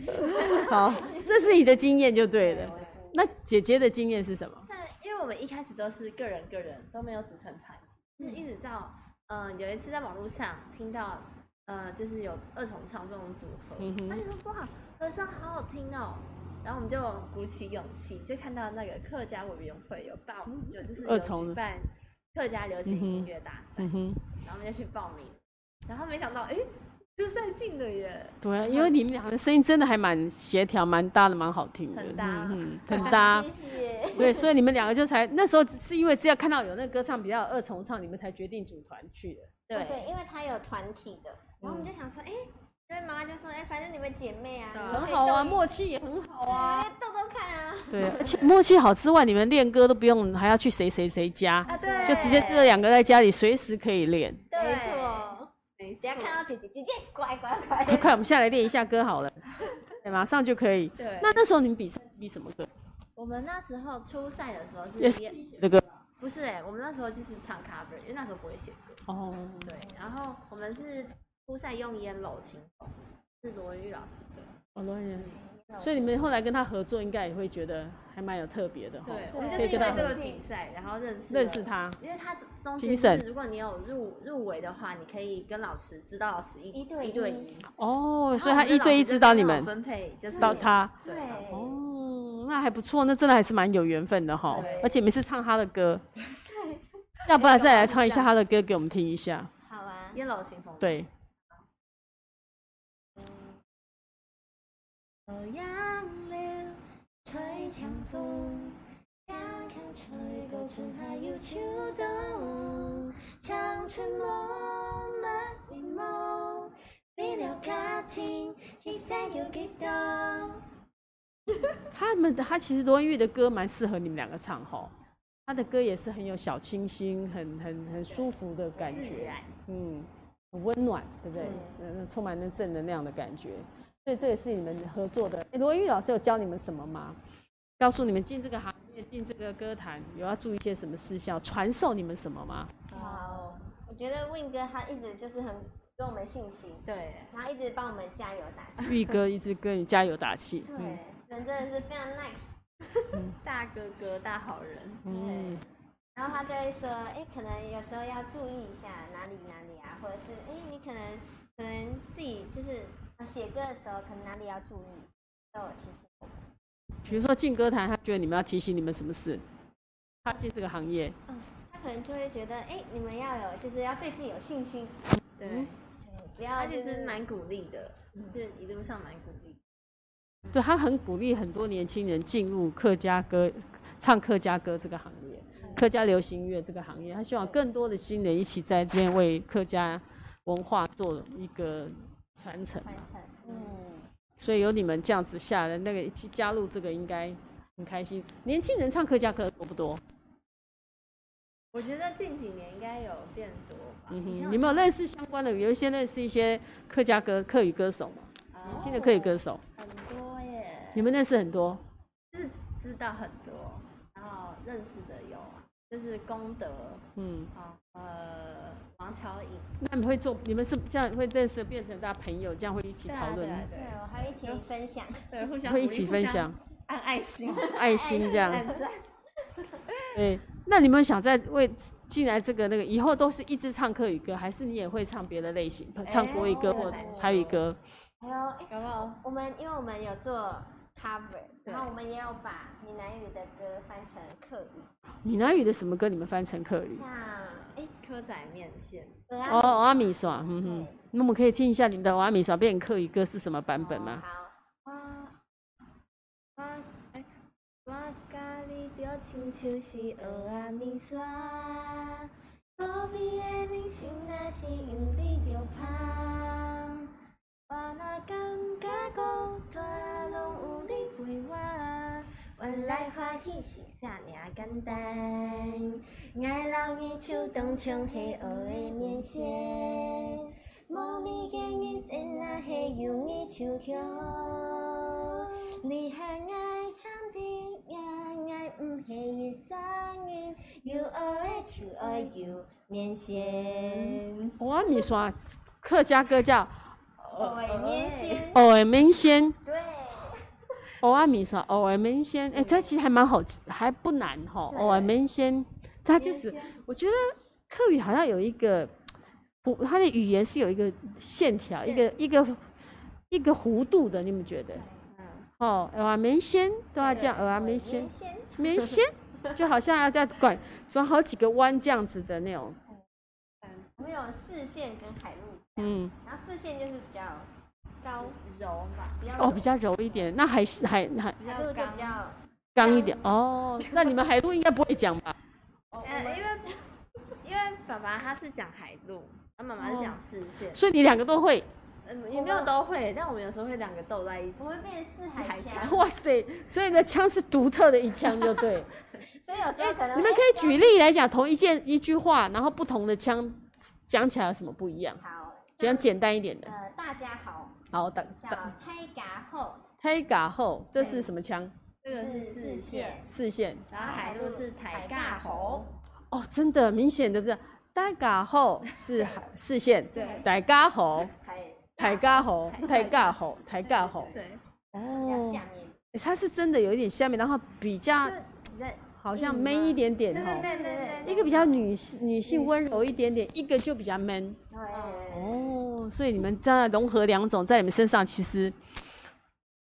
有，
好，这是你的经验就对了
我。也
那姐姐的经验是什么？
但因为我们一开始都是个人个人，都没有组成团，就是一直到嗯、呃有一次在网络上听到呃就是有二重唱这种组合，
嗯哼
他就说哇和声好好听哦，然后我们就鼓起勇气，就看到那个客家委员会有报，就就是
嗯二
有
重的
举办客家流行音乐大赛，
嗯哼，
然后我们就去报名，然后没想到哎就赛进了耶，
对啊，因为你们俩的声音真的还蛮协调，蛮搭的，蛮好听的，
很搭
嗯，嗯很搭
谢。谢。
对，所以你们两个就才那时候是因为只要看到有那个歌唱比较有二重唱，你们才决定组团去的。
对，
哦对，因为他有团体的，然后我们
嗯
就想说，哎、因为妈妈就说，哎、反正你们姐妹啊，
对啊
你们
很
可以
好啊，
斗
默契也很好啊。
斗斗看啊，
对，而且默契好之外，你们练歌都不用还要去谁谁谁家，
啊对，
就直接这两个在家里随时可以练。
对
对
没错。
没
只要
错
看到姐姐，姐姐乖乖乖，
快快，我们下来练一下歌好了，对，马上就可以。
对，
那那时候你们比赛比什么歌？
我们那时候初赛的时候是
也是
也
那个
不是哎、我们那时候就是唱 cover，因为那时候不会写歌。
哦，
对，然后我们是初赛用 Yellow 琴风，是罗文玉老师的。
哦罗文宇所以你们后来跟他合作，应该也会觉得还蛮有特别的哈。
对，我们就
可
是
以
因为
跟他
这
合
个
合作
比赛，然后认识
认识
了。
他，
因为他中
评
间
审
就是，如果你有入入围的话，你可以跟老师指导老师一
一对
一对
一
一，
哦，
然
所以
后
他
我们
一
老
对一
师就
指导
是
你
帮我
们，
分配就是
指导他。
对
对
老师
哦，那还不错，那真的还是蛮有缘分的哈
对。
而且每次唱他的 歌，要不然再来唱一下他的歌给我们听一下。
好啊，
Yellow 琴风。
对，
嗯欧阳柳，吹强风，强强吹过春夏又秋冬，长春梦，蜜年梦，未了家庭，一生有几多？
他们他其实罗文玉的歌蛮适合你们两个唱吼，他的歌也是很有小清新，很很很舒服的感
自
觉
然，
嗯，很温暖，对不对？嗯，充满了正能量的感觉。所以这也是你们合作的。诶罗文玉老师有教你们什么吗？告诉你们进这个行业、进这个歌坛，有要注意些什么事项？传授你们什么吗？
啊
好，我觉得 Win 哥他一直就是很给我们信心，
对，
然后一直帮我们加油打气。
玉哥一直跟你加油打 气。嗯
对，人真的是非常 nice。
大哥哥大好人，
嗯，
然后他就会说，哎，可能有时候要注意一下哪里哪里啊，或者是哎，你可能可能自己就是呃写歌的时候，可能哪里要注意，都有提醒我。
比如说进歌坛，他觉得你们要提醒你们什么事？他进这个行业，
嗯，他可能就会觉得，哎，你们要有就是要对自己有信心，
对，
嗯
对不要
他
就
其
是
实蛮鼓励的，就是一路上蛮鼓励。
对他很鼓励很多年轻人进入客家歌、唱客家歌这个行业，
嗯
客家流行音乐这个行业。他希望更多的新人一起在这边为客家文化做一个传承嘛。啊
传承。
嗯，
所以有你们这样子下来，那个一起加入这个应该很开心。年轻人唱客家歌多不多？
我觉得近几年应该有变多吧，
嗯
以前
哼，
我
你们有认识相关的？有一些认识一些客家歌、客语歌手吗？
哦
年轻的客语歌手，
呃
嗯
很多耶，
你们认识很多。
就是知道很多，然后认识的有啊，就是功德
嗯，
啊，呃，王乔颖，
那你们会做？你们是这样会认识，变成大家朋友，这样会一起
对
讨
啊
论
对啊
对
对，
我还会一起分享。
对，互相
会
鼓
一
励
起
互
分
相
享
按爱心，
爱心 这样。
按赞
对，那你们想在为进来这个那个以后都是一直唱客语歌，还是你也会唱别的类型，唱国语歌
这个
或
难
台语
说
歌？
还有，哎，
有没有？
我们因为我们有做 cover，
对
然后我们也有把闽南语的歌翻成客语，
闽南语的什么歌你们翻成客语？
像哎，
蚵仔面线，
鹅啊
哦，欧阿米耍，嗯哼
对。
那我们可以听一下你们的欧阿米耍变成客语歌是什么版本
哦
吗？
好，哇
我哎，我甲你着亲像是
蚵
蚵
仔面线，无味的人生若是用你着香，我若感觉孤单，拢有你陪我。原来欢喜是遮尔简单，爱老的手当穿迄黑的棉鞋，无味的人生若迄油的树香。你还爱唱的呀，爱不系一生人，有爱的就爱有面线，
欧阿米耍客家歌叫
爱面线，
偶尔明仙，
对，
欧阿米耍偶尔明仙。哎，这其实还蛮好，还不难哈。
对
偶尔明仙，它就是我觉得客语好像有一个不，它的语言是有一个线条，一个一个一个弧度的，你们觉得？
嗯，
哦，耳啊梅仙都要这样，耳啊梅
面
仙
线，，
梅仙就好像要在拐转好几个弯这样子的那种，
我们有四线跟海陆，
嗯，
然后四线就是比较高，
柔吧，
比较
哦，比较柔一点，那还是还还
比
海陆
较
就
刚
比，较，
刚一点哦。那你们海陆应该不会讲吧？
呃，因为因为爸爸他是讲海陆，他妈妈是讲四线，
所以你两个都会，
嗯，也没有都会，但我们有时候会两个斗在一起
我，们变成四
海
海
峡
峡，
哇塞！所以你的枪是独特的一枪，就对。
所以有时候可能
你
会
们可以举例来讲，同一件一句话，然后不同的枪讲起来有什么不一样？
好，
讲
像
简单一点的。
呃大家好，
好，等
叫
等，
泰嘎后，
泰嘎后这是什么枪？
这个是
是
四
四
线，
线，
四线。
然后海陆是台尬猴，
哦，真的明显，对不对？大嘎吼是视线，
对
大嘎吼，
台
抬嘎吼，抬嘎吼，抬嘎吼。
对，
比较
哦
下，面。
诶它是真的有一点下面，然后比较
就比较
好像
硬吗
man 一点点
对对
哦，
对对
一
对，
个比较女性女性温柔一点点，一个就比较 man。
哦，
哦，所以你们这样融合两种在你们身上，其实，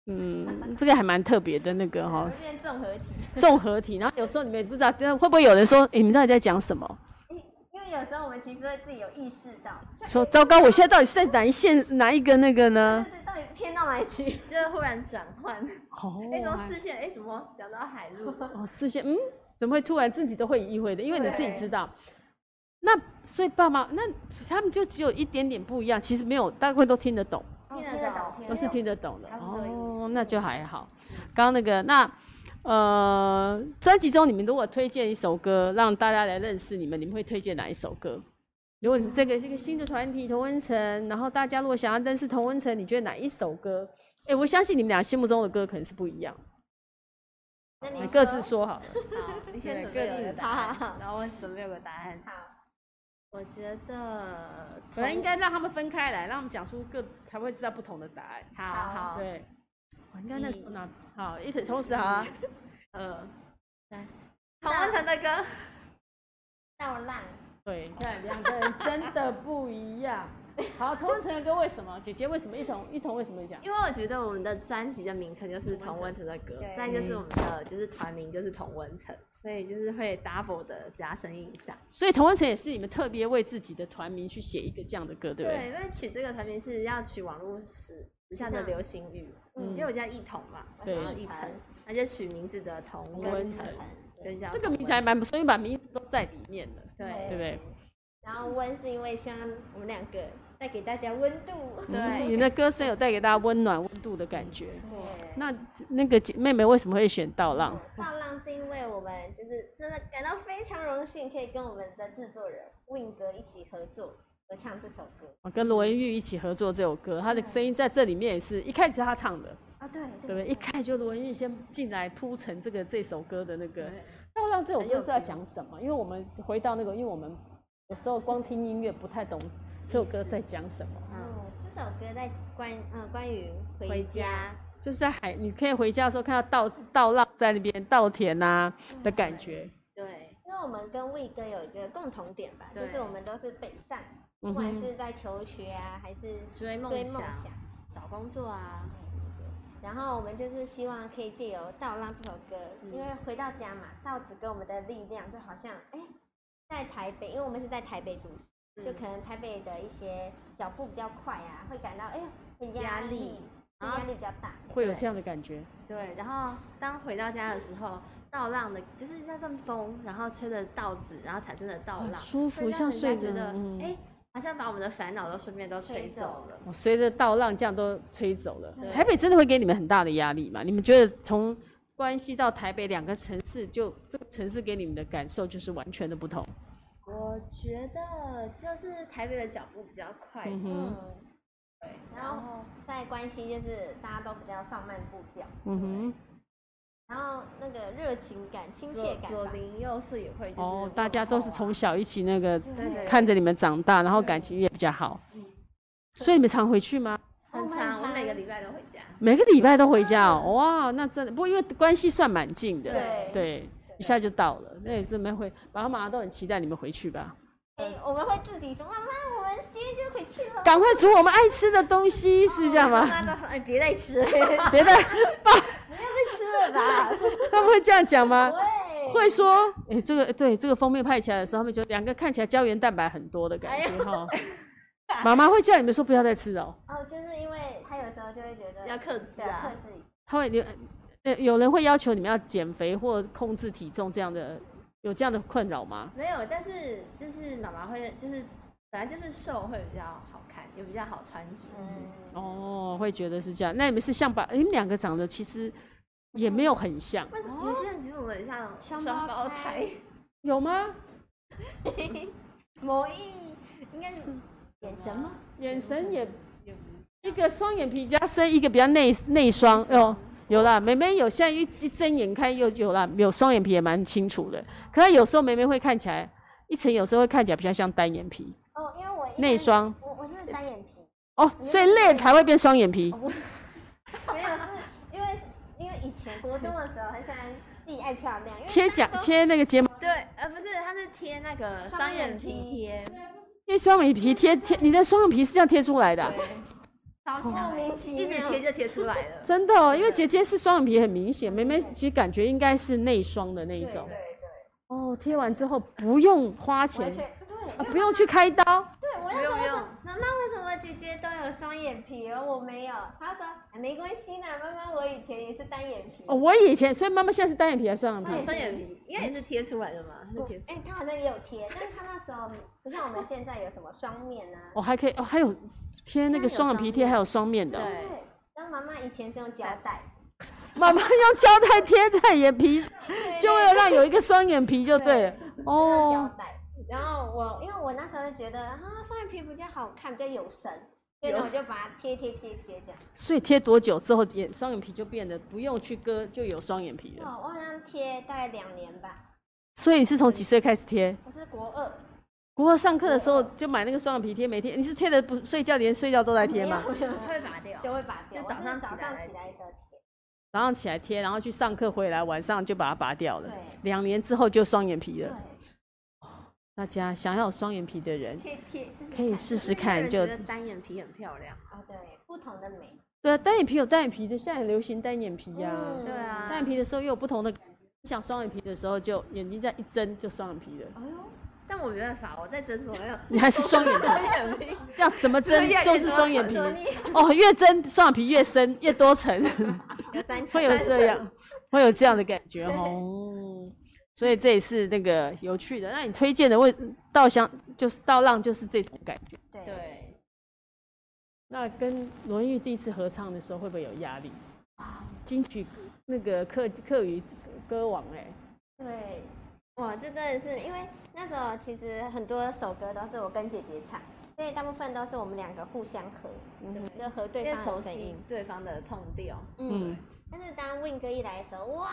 嗯，这个还蛮特别的那个哈、
会变综合 体，
综合体。然后有时候你们也不知道，真的会不会有人说，诶你们到底在讲什么？
因为有时候我们其实会自己有意识到，就
说糟糕，我现在到底是在哪一线哪一个那个呢？
对对，到底
偏到哪里去，就是忽然转换，
哦，
那种
还
视线，哎，怎么讲到海陆？
哦，视线，嗯，怎么会突然自己都会意会的？因为你自己
对
知道。那所以爸妈那他们就只有一点点不一样，其实没有，大部分都听得懂，
哦
听得
听得
懂
懂听
都是听得懂的。
差不多意思
哦，那就还好。刚刚那个那呃，专辑中你们如果推荐一首歌让大家来认识你们，你们会推荐哪一首歌？如果你这个是一个新的团体童文晨，然后大家如果想要认识童文晨，你觉得哪一首歌？哎、我相信你们俩心目中的歌可能是不一样，
那
你
你
各自 说好了。
好，你先
对
准备
各
有
自
个答案，然后我准备有个答案。好，我觉得
本来
同
应该让他们分开来，让他们讲出各才会知道不同的答案。
好好
对，我应该那时候
你
哪好一起同时好啊。
呃，来，童文晨的歌，
到浪，
对，你看两个人真的不一 样。好，同文成的歌为什么？姐姐为什么一同一同为什么讲？
因为我觉得我们的专辑的名称就是童文晨的歌
对，
再就是我们的就是团名就是童文晨，所以就是会 double 的加深印象。
所以同文成也是你们特别为自己的团名去写一个这样的歌，对不对？
对，因为取这个团名是要取网络时时下的流行语，
嗯
因为我叫一童嘛，我
对
想要一层，那就取名字的童
童文
跟
晨
晨，就叫
这个
童
名
文
字还蛮不错，因为把名字都在里面了，
对
对不对？
然后温是因为希望我们两个带给大家温度，
对
嗯你的歌声有带给大家温暖温度的感 觉。
对
那那个姐妹妹为什么会选到浪？
到浪是因为我们就是真的感到非常荣幸，可以跟我们的制作人 Win 哥一起合作合唱这首歌
我哦跟罗文玉一起合作这首歌，她的声音在这里面也是一开始是她唱的，
啊，对
对不对？一开始就罗文玉先进来铺陈这个这首歌的那个
对。
那我让这首
很有
歌是要
趣哦
讲什么？因为我们回到那个，因为我们有时候光听音乐不太懂这首歌在讲什么，
嗯
嗯，这首歌在关嗯关于
回
回
家
家，
就是在海，你可以回家的时候看到稻稻浪在那边稻田呐、
嗯
的感觉。
对，
因为我们跟 Win 哥有一个共同点吧，
对
就是我们都是北上，
嗯
不管
哼，
是在求学啊，还是
追梦
追梦
想
想。
找工作啊，
嗯
然后我们就是希望可以借由《稻浪》这首歌，因为回到家嘛，稻子给我们的力量就好像，哎，在台北，因为我们是在台北读书，就
嗯
可能台北的一些脚步比较快啊，会感到哎很
压
压
力
力，
然后
压力比较大。
会有
对
这样的感觉。
对，然后当回到家的时候，稻浪的，就是那阵风，然后吹着稻子，然后产生的稻
很
浪，
舒
会
服，
让
哦像
人
睡
家觉
着
得，
嗯，
哎、好像把我们的烦恼都顺便都吹
吹
走
走
了。
我随着稻浪这样都吹走了
对。
台北真的会给你们很大的压力吗？你们觉得从关西到台北两个城市就，这个城市给你们的感受就是完全的不同。
我觉得就是台北的脚步比较快，
嗯
嗯
哼，，
对，
然后在关西就是大家都比较放慢步调，
嗯哼，
然后那个热情感、亲切
左
感
左
吧，
邻右舍也会就是、啊
哦，大家都是从小一起那个
对对嗯
看着你们长大，然后感情也比较好。所以你们常回去吗？
很
哦漫
长，我
长
每个礼拜都回家。
每个礼拜都回家哦，哇，那真的不过因为关系算蛮近的，
对
对，一下就到了，那也是没回，爸爸妈妈都很期待你们回去吧，
哎，我们会自己说妈妈，我们今天就回去了。
赶快煮我们爱吃的东西，是这样吗？
大家都说：“哎，别再吃了，
别的，
吃了 吧？
他们会这样讲吗？
对，
会说，哎、这个对这个封面拍起来的时候，他们就两个看起来胶原蛋白很多的感
哎
觉哈。妈妈会叫你们说不要再吃哦，
哦，就是因为他有时候就会觉得
要克制
对克
啊。
制一下。
他会有呃有人会要求你们要减肥或控制体重这样的，有这样的困扰吗？”
没有，但是就是妈妈会，就是本来就是瘦会比较好看，也比较好穿着。
嗯，
哦，会觉得是这样。那你们是像把你们两个长得其实也没有很像，
为什么有些人觉得我们很像哦双
双
胞
胞
胎
胎？
有吗？
某一应该是眼神吗？
眼神也
也不
一个双眼皮加深，一个比较内内双哦。有啦，妹妹有，现在一一睁眼看又有啦，有双眼皮也蛮清楚的。可是有时候妹妹会看起来一层，有时候会看起来比较像单眼皮
哦，因为我一般
内，双
我我是单眼皮，
哦，所以累了才会变双眼皮
哦。不是，没有是因为因为以前国中的时候很喜欢自己爱漂亮，因为
贴
大
假
家都
贴那个睫毛
对，呃，不是，它是贴那个
双
双眼
眼
皮
皮
贴，
贴双眼皮贴贴，你的双眼皮是这样贴出来的啊、
对，超强，
莫名其
一直
妙
贴就贴出来了。
真的哦、因为姐姐是双眼皮很明显，妹妹其实感觉应该是内双的那一
对
种。
对
哦，贴完之后不用花
完
钱
全对，
啊，不用去开刀，
对我
不
那时
用
候
不
就
用
说，妈妈，为什么姐姐都有双眼皮，而我没有？她说、哎没关系啦，妈妈，我以前也是单眼皮。
哦，我以前，所以妈妈现在是单眼皮还是双眼
哦
皮？
双眼皮应该也是贴出来的嘛，是
不
贴出
哎、她好像也有贴，但是她那时候不像我们现在有什么双面啊。
哦，还可以，哦，还有贴那个双眼皮贴，还有双面的哦。
对
对，但妈妈以前是用胶带，
妈妈用胶带贴在眼皮上，就为了让有一个双眼皮就对了。
用胶
哦，
带。然后我因为我那时候就觉得啊，双眼皮比较好看，比较有神，所以呢
有
我就把它贴贴贴贴这样。
所以贴多久之后眼双眼皮就变得不用去割就有双眼皮了？
哦，我好像贴大概两年吧，
所以你是从几岁开始贴？
我是国二。
不过上课的时候就买那个双眼皮贴，每天你是贴的不睡觉，连睡觉都在贴吗？
没有没有
来，会拔掉
就会把掉。
就
我
早上
是早
起来
上
来
起来的时候贴。
早上起来贴，然后去上课回来，晚上就把它拔掉了
对。
两年之后就双眼皮了。
对，
大家想要有双眼皮的人，
可以贴试试。
可以试试看。
觉
就
得单眼皮很漂亮，
哦，对，不同的美。
对啊，单眼皮有单眼皮的，现在很流行单眼皮呀、啊。
嗯
对啊，
单眼皮的时候又有不同的感觉。你想双眼皮的时候，就眼睛这样一睁就双眼皮了。
哎呦，
但我没办法，我在诊所要
你还是双眼皮，
眼皮，
这样 怎么睁
越来越
就是双眼皮
多
哦，越睁双眼皮越深越多层，
有三
会有这样会有这样的感觉哦。所以这也是那个有趣的。那你推荐的为稻香就是稻浪就是这种感觉。
对
对，
那跟罗玉第一次合唱的时候会不会有压力？金曲那个客客语歌王哎、
对，哇，这真的是因为那时候其实很多首歌都是我跟姐姐唱，所以大部分都是我们两个互相合，就合
因
对
为
方的
熟
声
悉
音。
对方的痛调，
嗯
嗯，，但是当 Win 哥一来的时候，哇，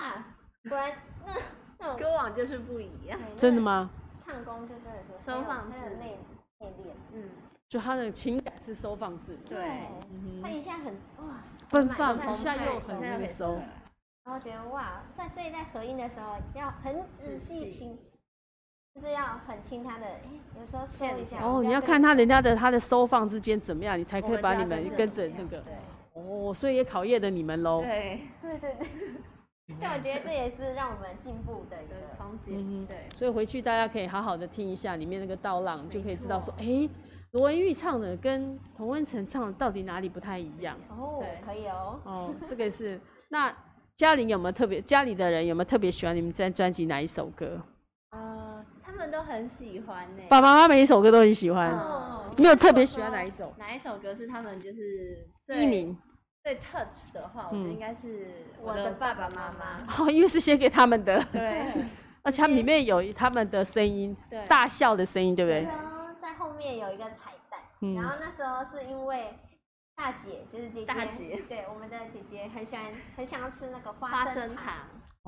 果 然那那种
歌网就是不一样，
对
真的
那
吗？
唱功就真的是
收放
很有很
自
有内内敛。
嗯，
就他的情感是收放制的，
对，
嗯
他
哼，
一下很哇，
奔
放
放，一下又很那个收，
然后觉得哇，在所以在合音的时候要很仔细
仔细
听，就是要很听他的，哎，有时候收一
线
下。
条
哦，
我
你
就
要看
跟
他人家的他的收放之间怎么样，你才
还
可以把你们跟着那个，哦，所以也考验了你们喽。
对
对对对，但我觉得这也是让我们进步的一
对
个。
空
嗯哼
间，对，
所以回去大家可以好好的听一下里面那个倒浪，就可以知道说
错，
哎，罗文玉唱的跟童文成唱的到底哪里不太一样？
哦
对，
可以哦。
哦，这个是那嘉玲有没有特别？家里的人有没有特别喜欢你们这张专辑哪一首歌？
呃，他们都很喜欢呢，
爸爸妈妈每一首歌都很喜欢，
嗯哦
没有特别喜欢哪一首？
哪一首歌是他们就是
一
最
鸣。
最 touch 的话，我觉得
嗯
应该是
我
我
的
的爸爸
爸爸
妈
妈
妈，
哦，因为是写给他们 的，
对
而且它里面有他们的声音，
对，
大笑的声音，对不对？
然后在后面有一个彩蛋，
嗯
然后那时候是因为大姐，就是姐姐，
大姐
对我们的姐姐很喜欢，很想要吃那个花
花
生
生
糖，
糖，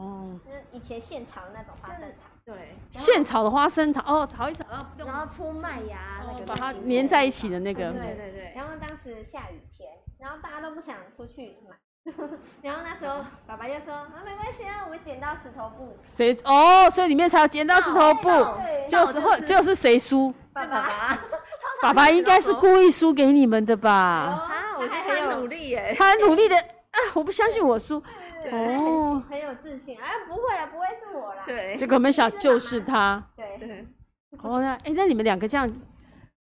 哦，
就是以前现炒的那种花生糖。
对，
现炒的花生糖，哦，炒一炒，
然后铺麦芽那
哦
个
把它
东西
粘在一起的那个
对，对对对，
然后当时下雨天，然后大家都不想出去买， 然后那时候爸爸就说啊没关系啊，我们剪刀石头布，
谁哦，所以里面才有剪刀石头布，
对
就
那
是
我
或
就是
就是谁输，
这爸爸，
爸爸应该是故意输给你们的
然
吧？
后
啊，我
他
觉得
还很
他
有
努力耶，
他很努力的啊，我不相信我输，
对
哦
他很很有自信，哎不会啊不会是我啦，
对
结果没想到就是他。
对，
对，
哦，那哎，那你们两个这样，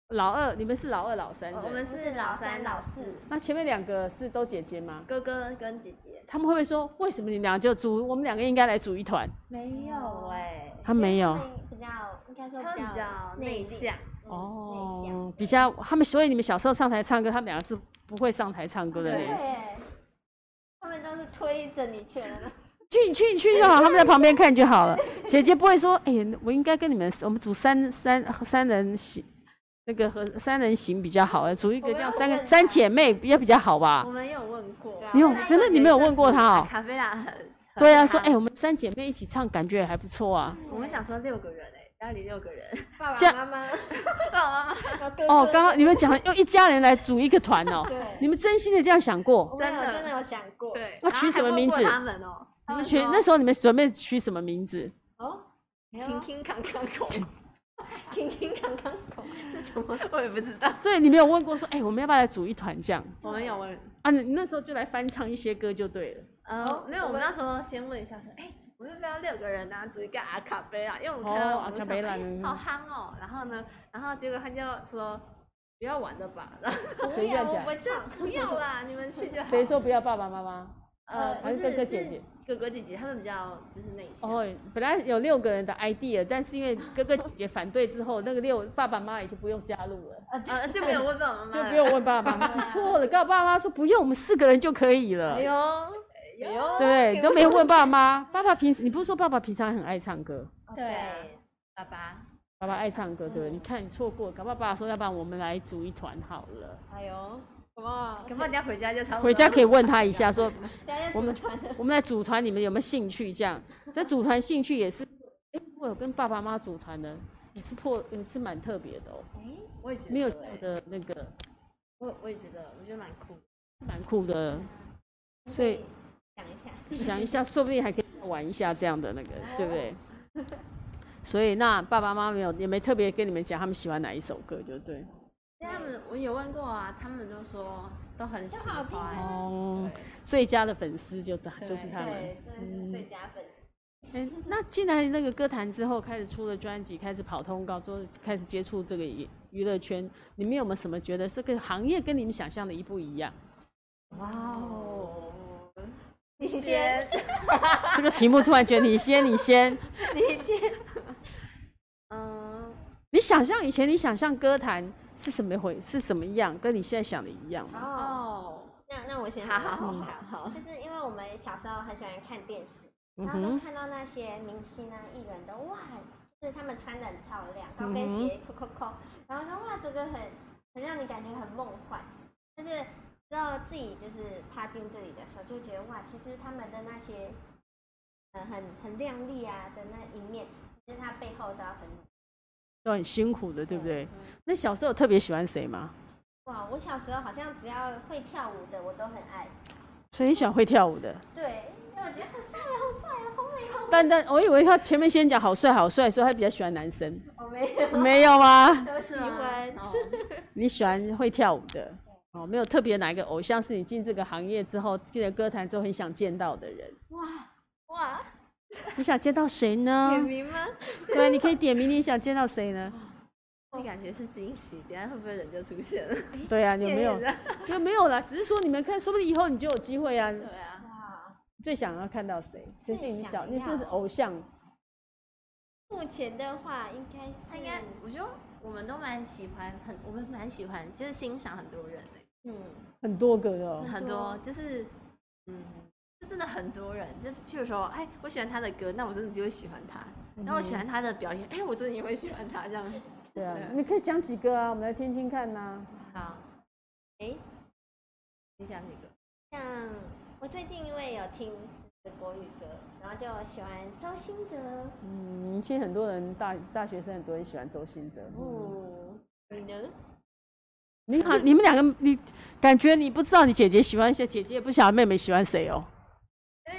老二，你们是老二老三，
哦我
对不对
们是老三老四，
那前面两个是都姐姐吗？
哥哥跟姐姐，
他们会不会说，为什么你们俩就组，我们两个应该来组一团？
没有哎，
他没有
我觉得他们比较应该说
他们比较
内
内
敛，
向，
嗯内向，
哦，比较他们，所以你们小时候上台唱歌，他们两个是不会上台唱歌的
对
人。
对，他们都是推着你去的那种，
去你去你去就好，他们在旁边看就 好了。姐姐不会说，哎、我应该跟你们，我们组三三三人行，那个和三人行比较好，啊组一个这样三个三姐妹比较比较好吧
我？们有问过，
对啊
你有
后来
真的你没有问过他
啊
哦？
卡菲拉很，
对啊，
很
说哎、
夯
我们三姐妹一起唱，感觉也还不错啊。
我们想说六个人哎，家里六个人，
爸
这
爸
样
妈妈，
爸爸妈妈
哦，刚刚你们讲用一家人来组一个团哦，
对，
你们真心的这样想过？
我们有
真的
真的有想过，
对，
那
然后
取什
还
么
问
名
过
字
他们哦，
你
他
们
们
取
说
那时候你们准备取什么名字？
哦，
听听康康口，
平平康康口，
是什么？ 我也不知道。
所以你没有问过说，哎、我们要不要来组一团这样？
我们有问，
啊，你你那时候就来翻唱一些歌就对了。
呃
哦，
没有，
我
我们
们
那时候先问一下说，哎，我们要不要六个人啊，组一个阿卡贝拉？因为我们看哎
哦，
到
阿
网络
卡
上
贝拉，
好憨哦。然后呢，然后结果他就说。不要玩了吧？然后
谁这样
啊我
讲
们唱 不要啦，你们去就好。
谁说不要爸爸妈妈？
呃，不
还是
是
哥哥姐姐
是哥哥姐姐，他们比较就是内向。
哦，本来有六个人的 idea，但是因为哥哥姐姐反对之后，那个六爸爸妈妈也就不用加入了，
啊，就没有问爸爸妈妈，
就不用。问爸爸妈 妈。你错了，告诉爸妈说不用，我们四个人就可以了
哎，呦，哎呦，
对，都没有问爸 妈。爸爸平时你不是说爸爸平常很爱唱歌，
对啊，爸爸，
爸爸爱唱歌对不对？你看你错过，搞不好爸爸说要不然我们来组一团好了，
哎呦，干嘛？干嘛？等下回家就差不多。
回家可以问他一下说
等下就
我们
组团了
我们来组团，你们有没有兴趣？这样，这组团兴趣也是，哎、如果有跟爸爸妈妈组团呢，也是破，也是蛮特别的哦，
我也觉得
没有这
欸
样的那个，
我我也觉得，我觉得蛮酷的。
是蛮酷的。所以
想一下，
想一下，说不定还可以玩一下这样的那个，对不对？所以那爸爸妈妈没有，也没特别跟你们讲他们喜欢哪一首歌，就对。
因为他们我有问过啊，他们都说都很喜
好听
欢。
哦，最佳的粉丝就就是他们。嗯
对，真的是最佳粉丝。
哎，那进来那个歌坛之后，开始出了专辑，开始跑通告，做开始接触这个娱娱乐圈，你们有没有什么觉得这个行业跟你们想象的一不一样？
哇哦，你先，
这个题目突然觉得你先，你先，
你先，嗯，
你想象以前你想象歌坛是什么回是什么样，跟你现在想的一样吗？
哦，
哦，
那那我先
好
来
好
分
好
享
好好，
就是因为我们小时候很喜欢看电视，
嗯
然后都
哼，
看到那些明星啊、艺人都哇，就是他们穿的很漂亮，高
嗯
跟鞋、扣扣扣，然后说哇，这个很很让你感觉很梦幻。但是之后自己就是踏进这里的时候，就觉得哇，其实他们的那些呃很很靓丽啊的那一面，其实他背后都要很努力
都很辛苦的，对不对？
嗯
那小时候有特别喜欢谁吗？
哇，我小时候好像只要会跳舞的，我都很爱。
所以你喜欢会跳舞 的。
对，因为我觉得好帅，好帅，好美，好美。
但但我以为他前面先讲好帅好帅，所以他比较喜欢男 生，
我没有，
没有吗？
都喜欢。
哦，
你喜欢会跳舞的哦，没有特别哪一个偶像是你进这个行业之后，进了歌坛之后很想见到的人。
哇哇，
你想见到谁呢
点？名吗？
对啊，你可以点名，你想见到谁呢？
那感觉是惊喜，等下会不会人就出现了？
对啊，有 没 有
点？名的
有没有啦？只是说你们看，说不定以后你就有机会啊。
对啊，
哇，
最想要看到谁？谁是你
最
小？
想
你是
要
偶像？
目前的话应该是
他应该，我觉得我们都蛮喜欢，很我们蛮喜欢，就是欣赏很多人欸
嗯，
很多个 哦。
很多就是嗯。就真的很多人，就譬如说，哎，我喜欢他的歌，那我真的就会喜欢他；然后我喜欢他的表演，哎，我真的也会喜欢他。这样，
对啊
对啊，
你可以讲几个啊，我们来听听看呐、
好，哎，你讲哪个？
像我最近因为有听就是国语歌，然后就喜欢周兴哲。
嗯，其实很多人大大学生很多人喜欢周兴哲。嗯，
哦，你呢？
你好，你们两个，你感觉你不知道你姐姐喜欢谁，姐姐也不晓得妹妹喜欢谁哦。
嗯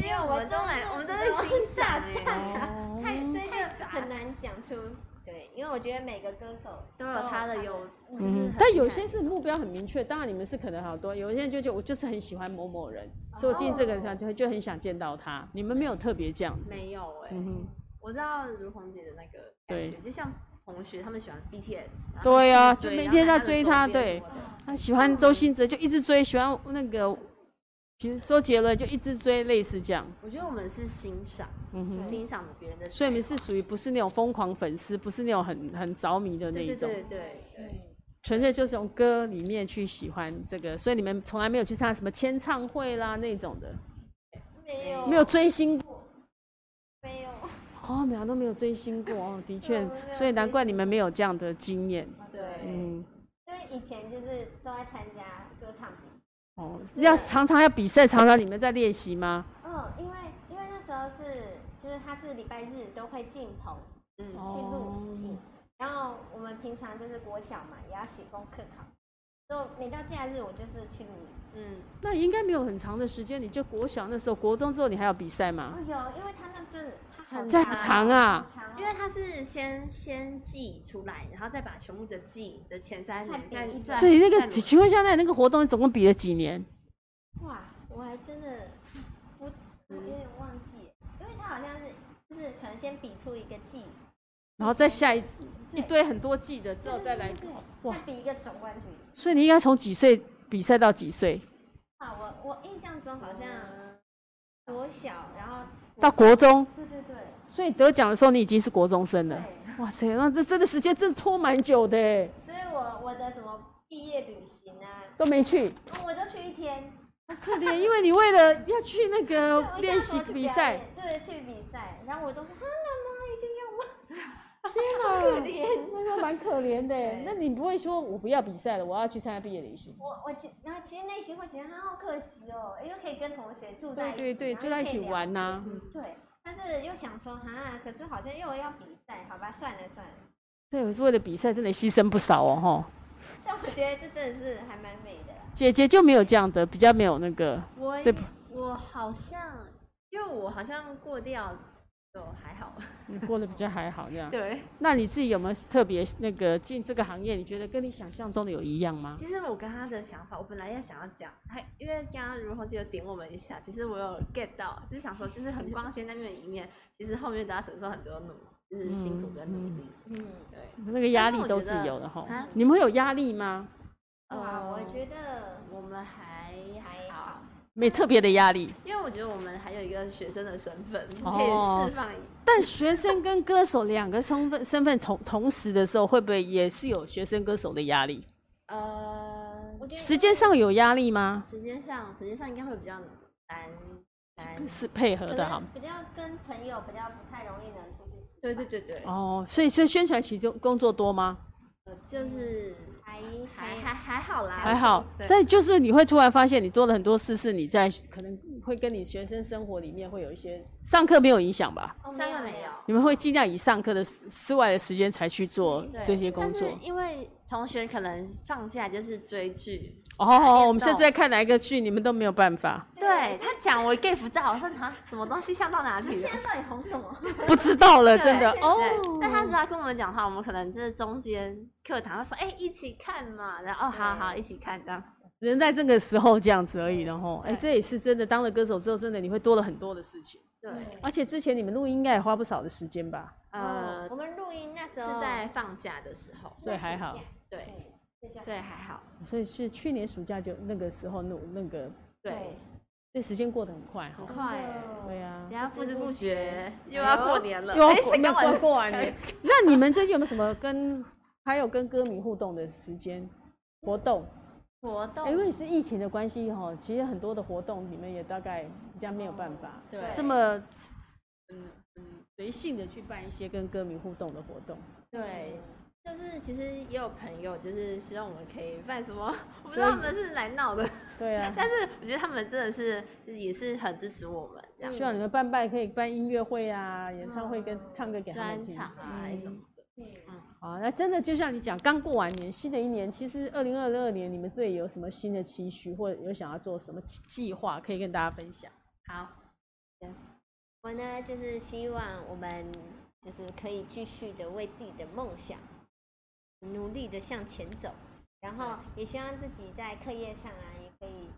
因为哎我们都蛮，我们都在欣 赏哎，
哦
嗯太所以就很难讲出。对，因为我觉得每个歌手
都有他哦的优，就是很厉
嗯
害，
但有些是目标很明确，当然你们是可能好多，有些人就觉得我就是很喜欢某某人，所以我进这个场就就很想见到他。你们没有特别这样子，
没有哎，
嗯
我知道如虹姐的那个感
对
觉，就像同学他们喜欢 BTS，然后
对啊
一直追
就每
然后
天
看
在追
的周
他
边
对
什么的
哼，他喜欢周兴哲就一直追，喜欢那个，比如周杰伦就一直追，类似这样，
我觉得我们是欣赏，
嗯哼。
欣赏别人的才华，
所以你们是属于不是那种疯狂粉丝，不是那种很很着迷的那
对
一
对
种，
对对对，
纯粹就是从歌里面去喜欢这个，所以你们从来没有去唱什么签唱会啦那种的，
没
哦
有
没有追星过
没有，
哦，我们俩都没有追星过哦，的确
我没有，
所以难怪你们没有这样的经验，
对
嗯，
因为以前就是都在参加歌唱比赛。
哦，要常常要比赛，常常你们在练习吗？
嗯，因为因为那时候是就是他是礼拜日都会进棚
嗯
去录
哦
影，然后我们平常就是国小嘛，也要写功课考，所以每到假日我就是去录影。
嗯，
那也应该没有很长的时间，你就国小那时候，国中之后你还有比赛吗
哦？有，因为他那阵他
很
这
长
样长啊，
好长
因
因为
为它是先先记出来，然后再把全部的记的前三名
再
再
比
再
所以那个，
再轮
请问一下，那那个活动总共比了几年？
哇，我还真的不我有点忘记了，因为他好像是就是可能先比出一个季，
然后再下一次，一堆很多季的之后再来搞。哇
哇，比一个总冠军。
所以你应该从几岁比赛到几岁？
啊，我我印象中好像
国小，然后
到国中，
对对对
所以得奖的时候你已经是国中生
对
了。，哇塞，那这真的时间真的拖蛮久的耶，
所以我我的什么毕业旅行啊，
都没去。
我都去一天，
可怜，因为你为了要去那
对
个
我一定要
练
什
习
么去
比
表
赛，
演对，去比赛，然后我都说啊，妈妈
天哪，
一定要我，可怜。
那时候蛮可怜的耶
对。
那你不会说我不要比赛了，我要去参加毕业旅行？
我我其然后其实内心会觉得他好可惜哦，因为可以跟同学住在
对
一起，啊
对对，
然后
就
又
在一
可以
起
聊
玩呐、
对，但是又想说哈，可是好像又要比赛，好吧，算了算了。
对，我是为了比赛真的牺牲不少哦，吼。
但我觉得这真的是还蛮美的啦。
姐姐就没有这样的，比较没有那个
我
这
也我好像，因为我好像过掉，就还好。
你过得比较还好这样。
对，
那你自己有没有特别那个进这个行业？你觉得跟你想象中的有一样吗？
其实我跟他的想法，我本来也想要讲，他因为刚刚如虹姐有点我们一下，其实我有 get 到，就是想说，就是很光鲜那面的一面，其实后面都要承受很多努，就是辛苦跟努力。
嗯，
对，
那个压
但是
力
我
都
觉
是
得
有的吼
啊。
你们会有压力吗？
哇，
哦
我
呃
觉得
我们还
还
好
好，
没特别的压力，
因为我觉得我们还有一个学生的身份，可以
哦
释放一。
但学生跟歌手两个身份身份同同时的时候，会不会也是有学生歌手的压力？
呃，
我觉得
时间上有压力吗？
时间上，时间上应该会比较难难。
是配合
可
的哈
能。比较跟朋友比较不太容易能出去吃，
对对对对，
哦，所以所以宣传期中工作多吗？
呃就是
还
还还还好啦，
嗯还好，
啊对
但就是你会突然发现，你做了很多事，是你在可能会跟你学生生活里面会有一些上课没有影响吧？
哦
三个没有。
你们会尽量以上课的时之外的时间才去做
对
这些工作
但。是因为同学可能放假就是追剧，打
哦，
电
我们现在
动
在看哪一个剧，你们都没有办法，
对他讲我 get 不到，我说啊什么东西像到哪里 了
现？在到底红什么？
不知 道了，真的
对
哦
对。但他只要跟我们讲话，我们可能就是中间课堂会说，哎、一起看嘛，然后哦，好好一起看这样。
只能在这个时候这样子而已，然后，哎、
对
这也是真的。当了歌手之后，真的你会多了很多的事情，
对，
而且之前你们录音应该也花不少的时间吧，
呃
哦，我们录音那时
是
候
在放假的时候，
所以还好
暑假，
对，
对，
所以还好，
所以是去年暑假就那个时候录那个，
对，
那时间过得很快
很
哈。
快耶，
对啊
人，家不知不觉又
哎
要
呦
过年了，
又要
哎
过
才
那
刚
过
完
过完年。那你们最近有没有什么跟还有跟歌迷互动的时间活动？
活
哎因
动，
为是疫情的关系哈，其实很多的活动你们也大概比较没有办法
哦对，
这么嗯嗯随性的去办一些跟歌迷互动的活动。
对。就是其实也有朋友，就是希望我们可以办什么，我不知道他们是来闹的，
对啊，
但是我觉得他们真的是，就是也是很支持我们这样，嗯
希望你们办办可以办音乐会啊、演唱会跟唱歌给他
专
们听。嗯
场啊还是什么的。
嗯
好，那真的就像你讲，刚过完年，新的一年，其实二零二二年你们对有什么新的期许，或者有想要做什么计计划，可以跟大家分享？
好，
我呢，就是希望我们就是可以继续的为自己的梦想努力的向前走，然后也希望自己在课业上啊，也可以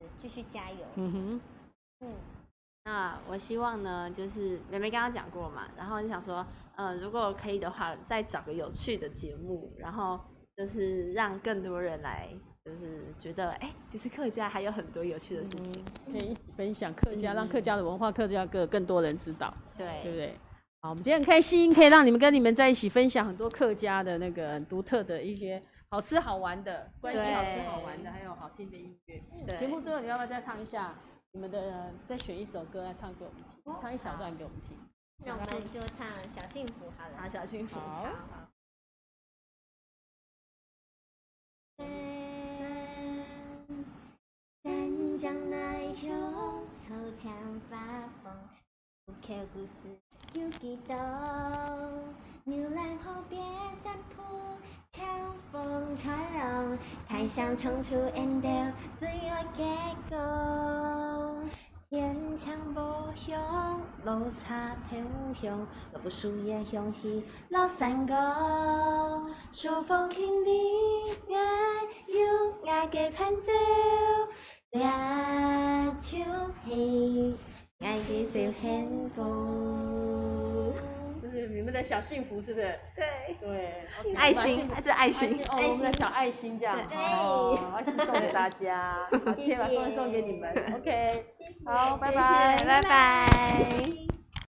呃继续加油。
嗯哼，
嗯，
那我希望呢，就是梅梅刚刚讲过嘛，然后就想说，呃，如果可以的话，再找个有趣的节目，然后就是让更多人来，就是觉得，哎、其实客家还有很多有趣的事情，
嗯可以一起分享客家，让客家的文化、客家歌更多人知道，对不
对，
对？好，我们今天很开心，可以让你们跟你们在一起分享很多客家的那个独特的一些好吃好玩的，关心好吃好玩的，还有好听的音乐。
对
节目最后，你要不要再唱一下你们的？再选一首歌来唱给我们听，唱一小段给我们听。
那我们就唱《小幸福》好了。
好，小幸福，
好
咱咱将来用草枪发疯，不刻不思有几多？牛栏后边散步，强风传龙，台上冲出 and 最后结果。烟枪无响，路差偏有响，若不输也响起老山歌。手风轻微，爱有爱的伴奏，俩手戏，爱的手很风。
就是你们的的小幸福，是不是？
对，
对，OK，
爱
把
心
幸福，
还是爱
爱
心
心，哦，我们的小爱心这样，
对
哦，爱心送给大家，好，
谢
先把
谢
送送给你们，OK，
谢谢
好，拜
谢
拜，
谢拜拜。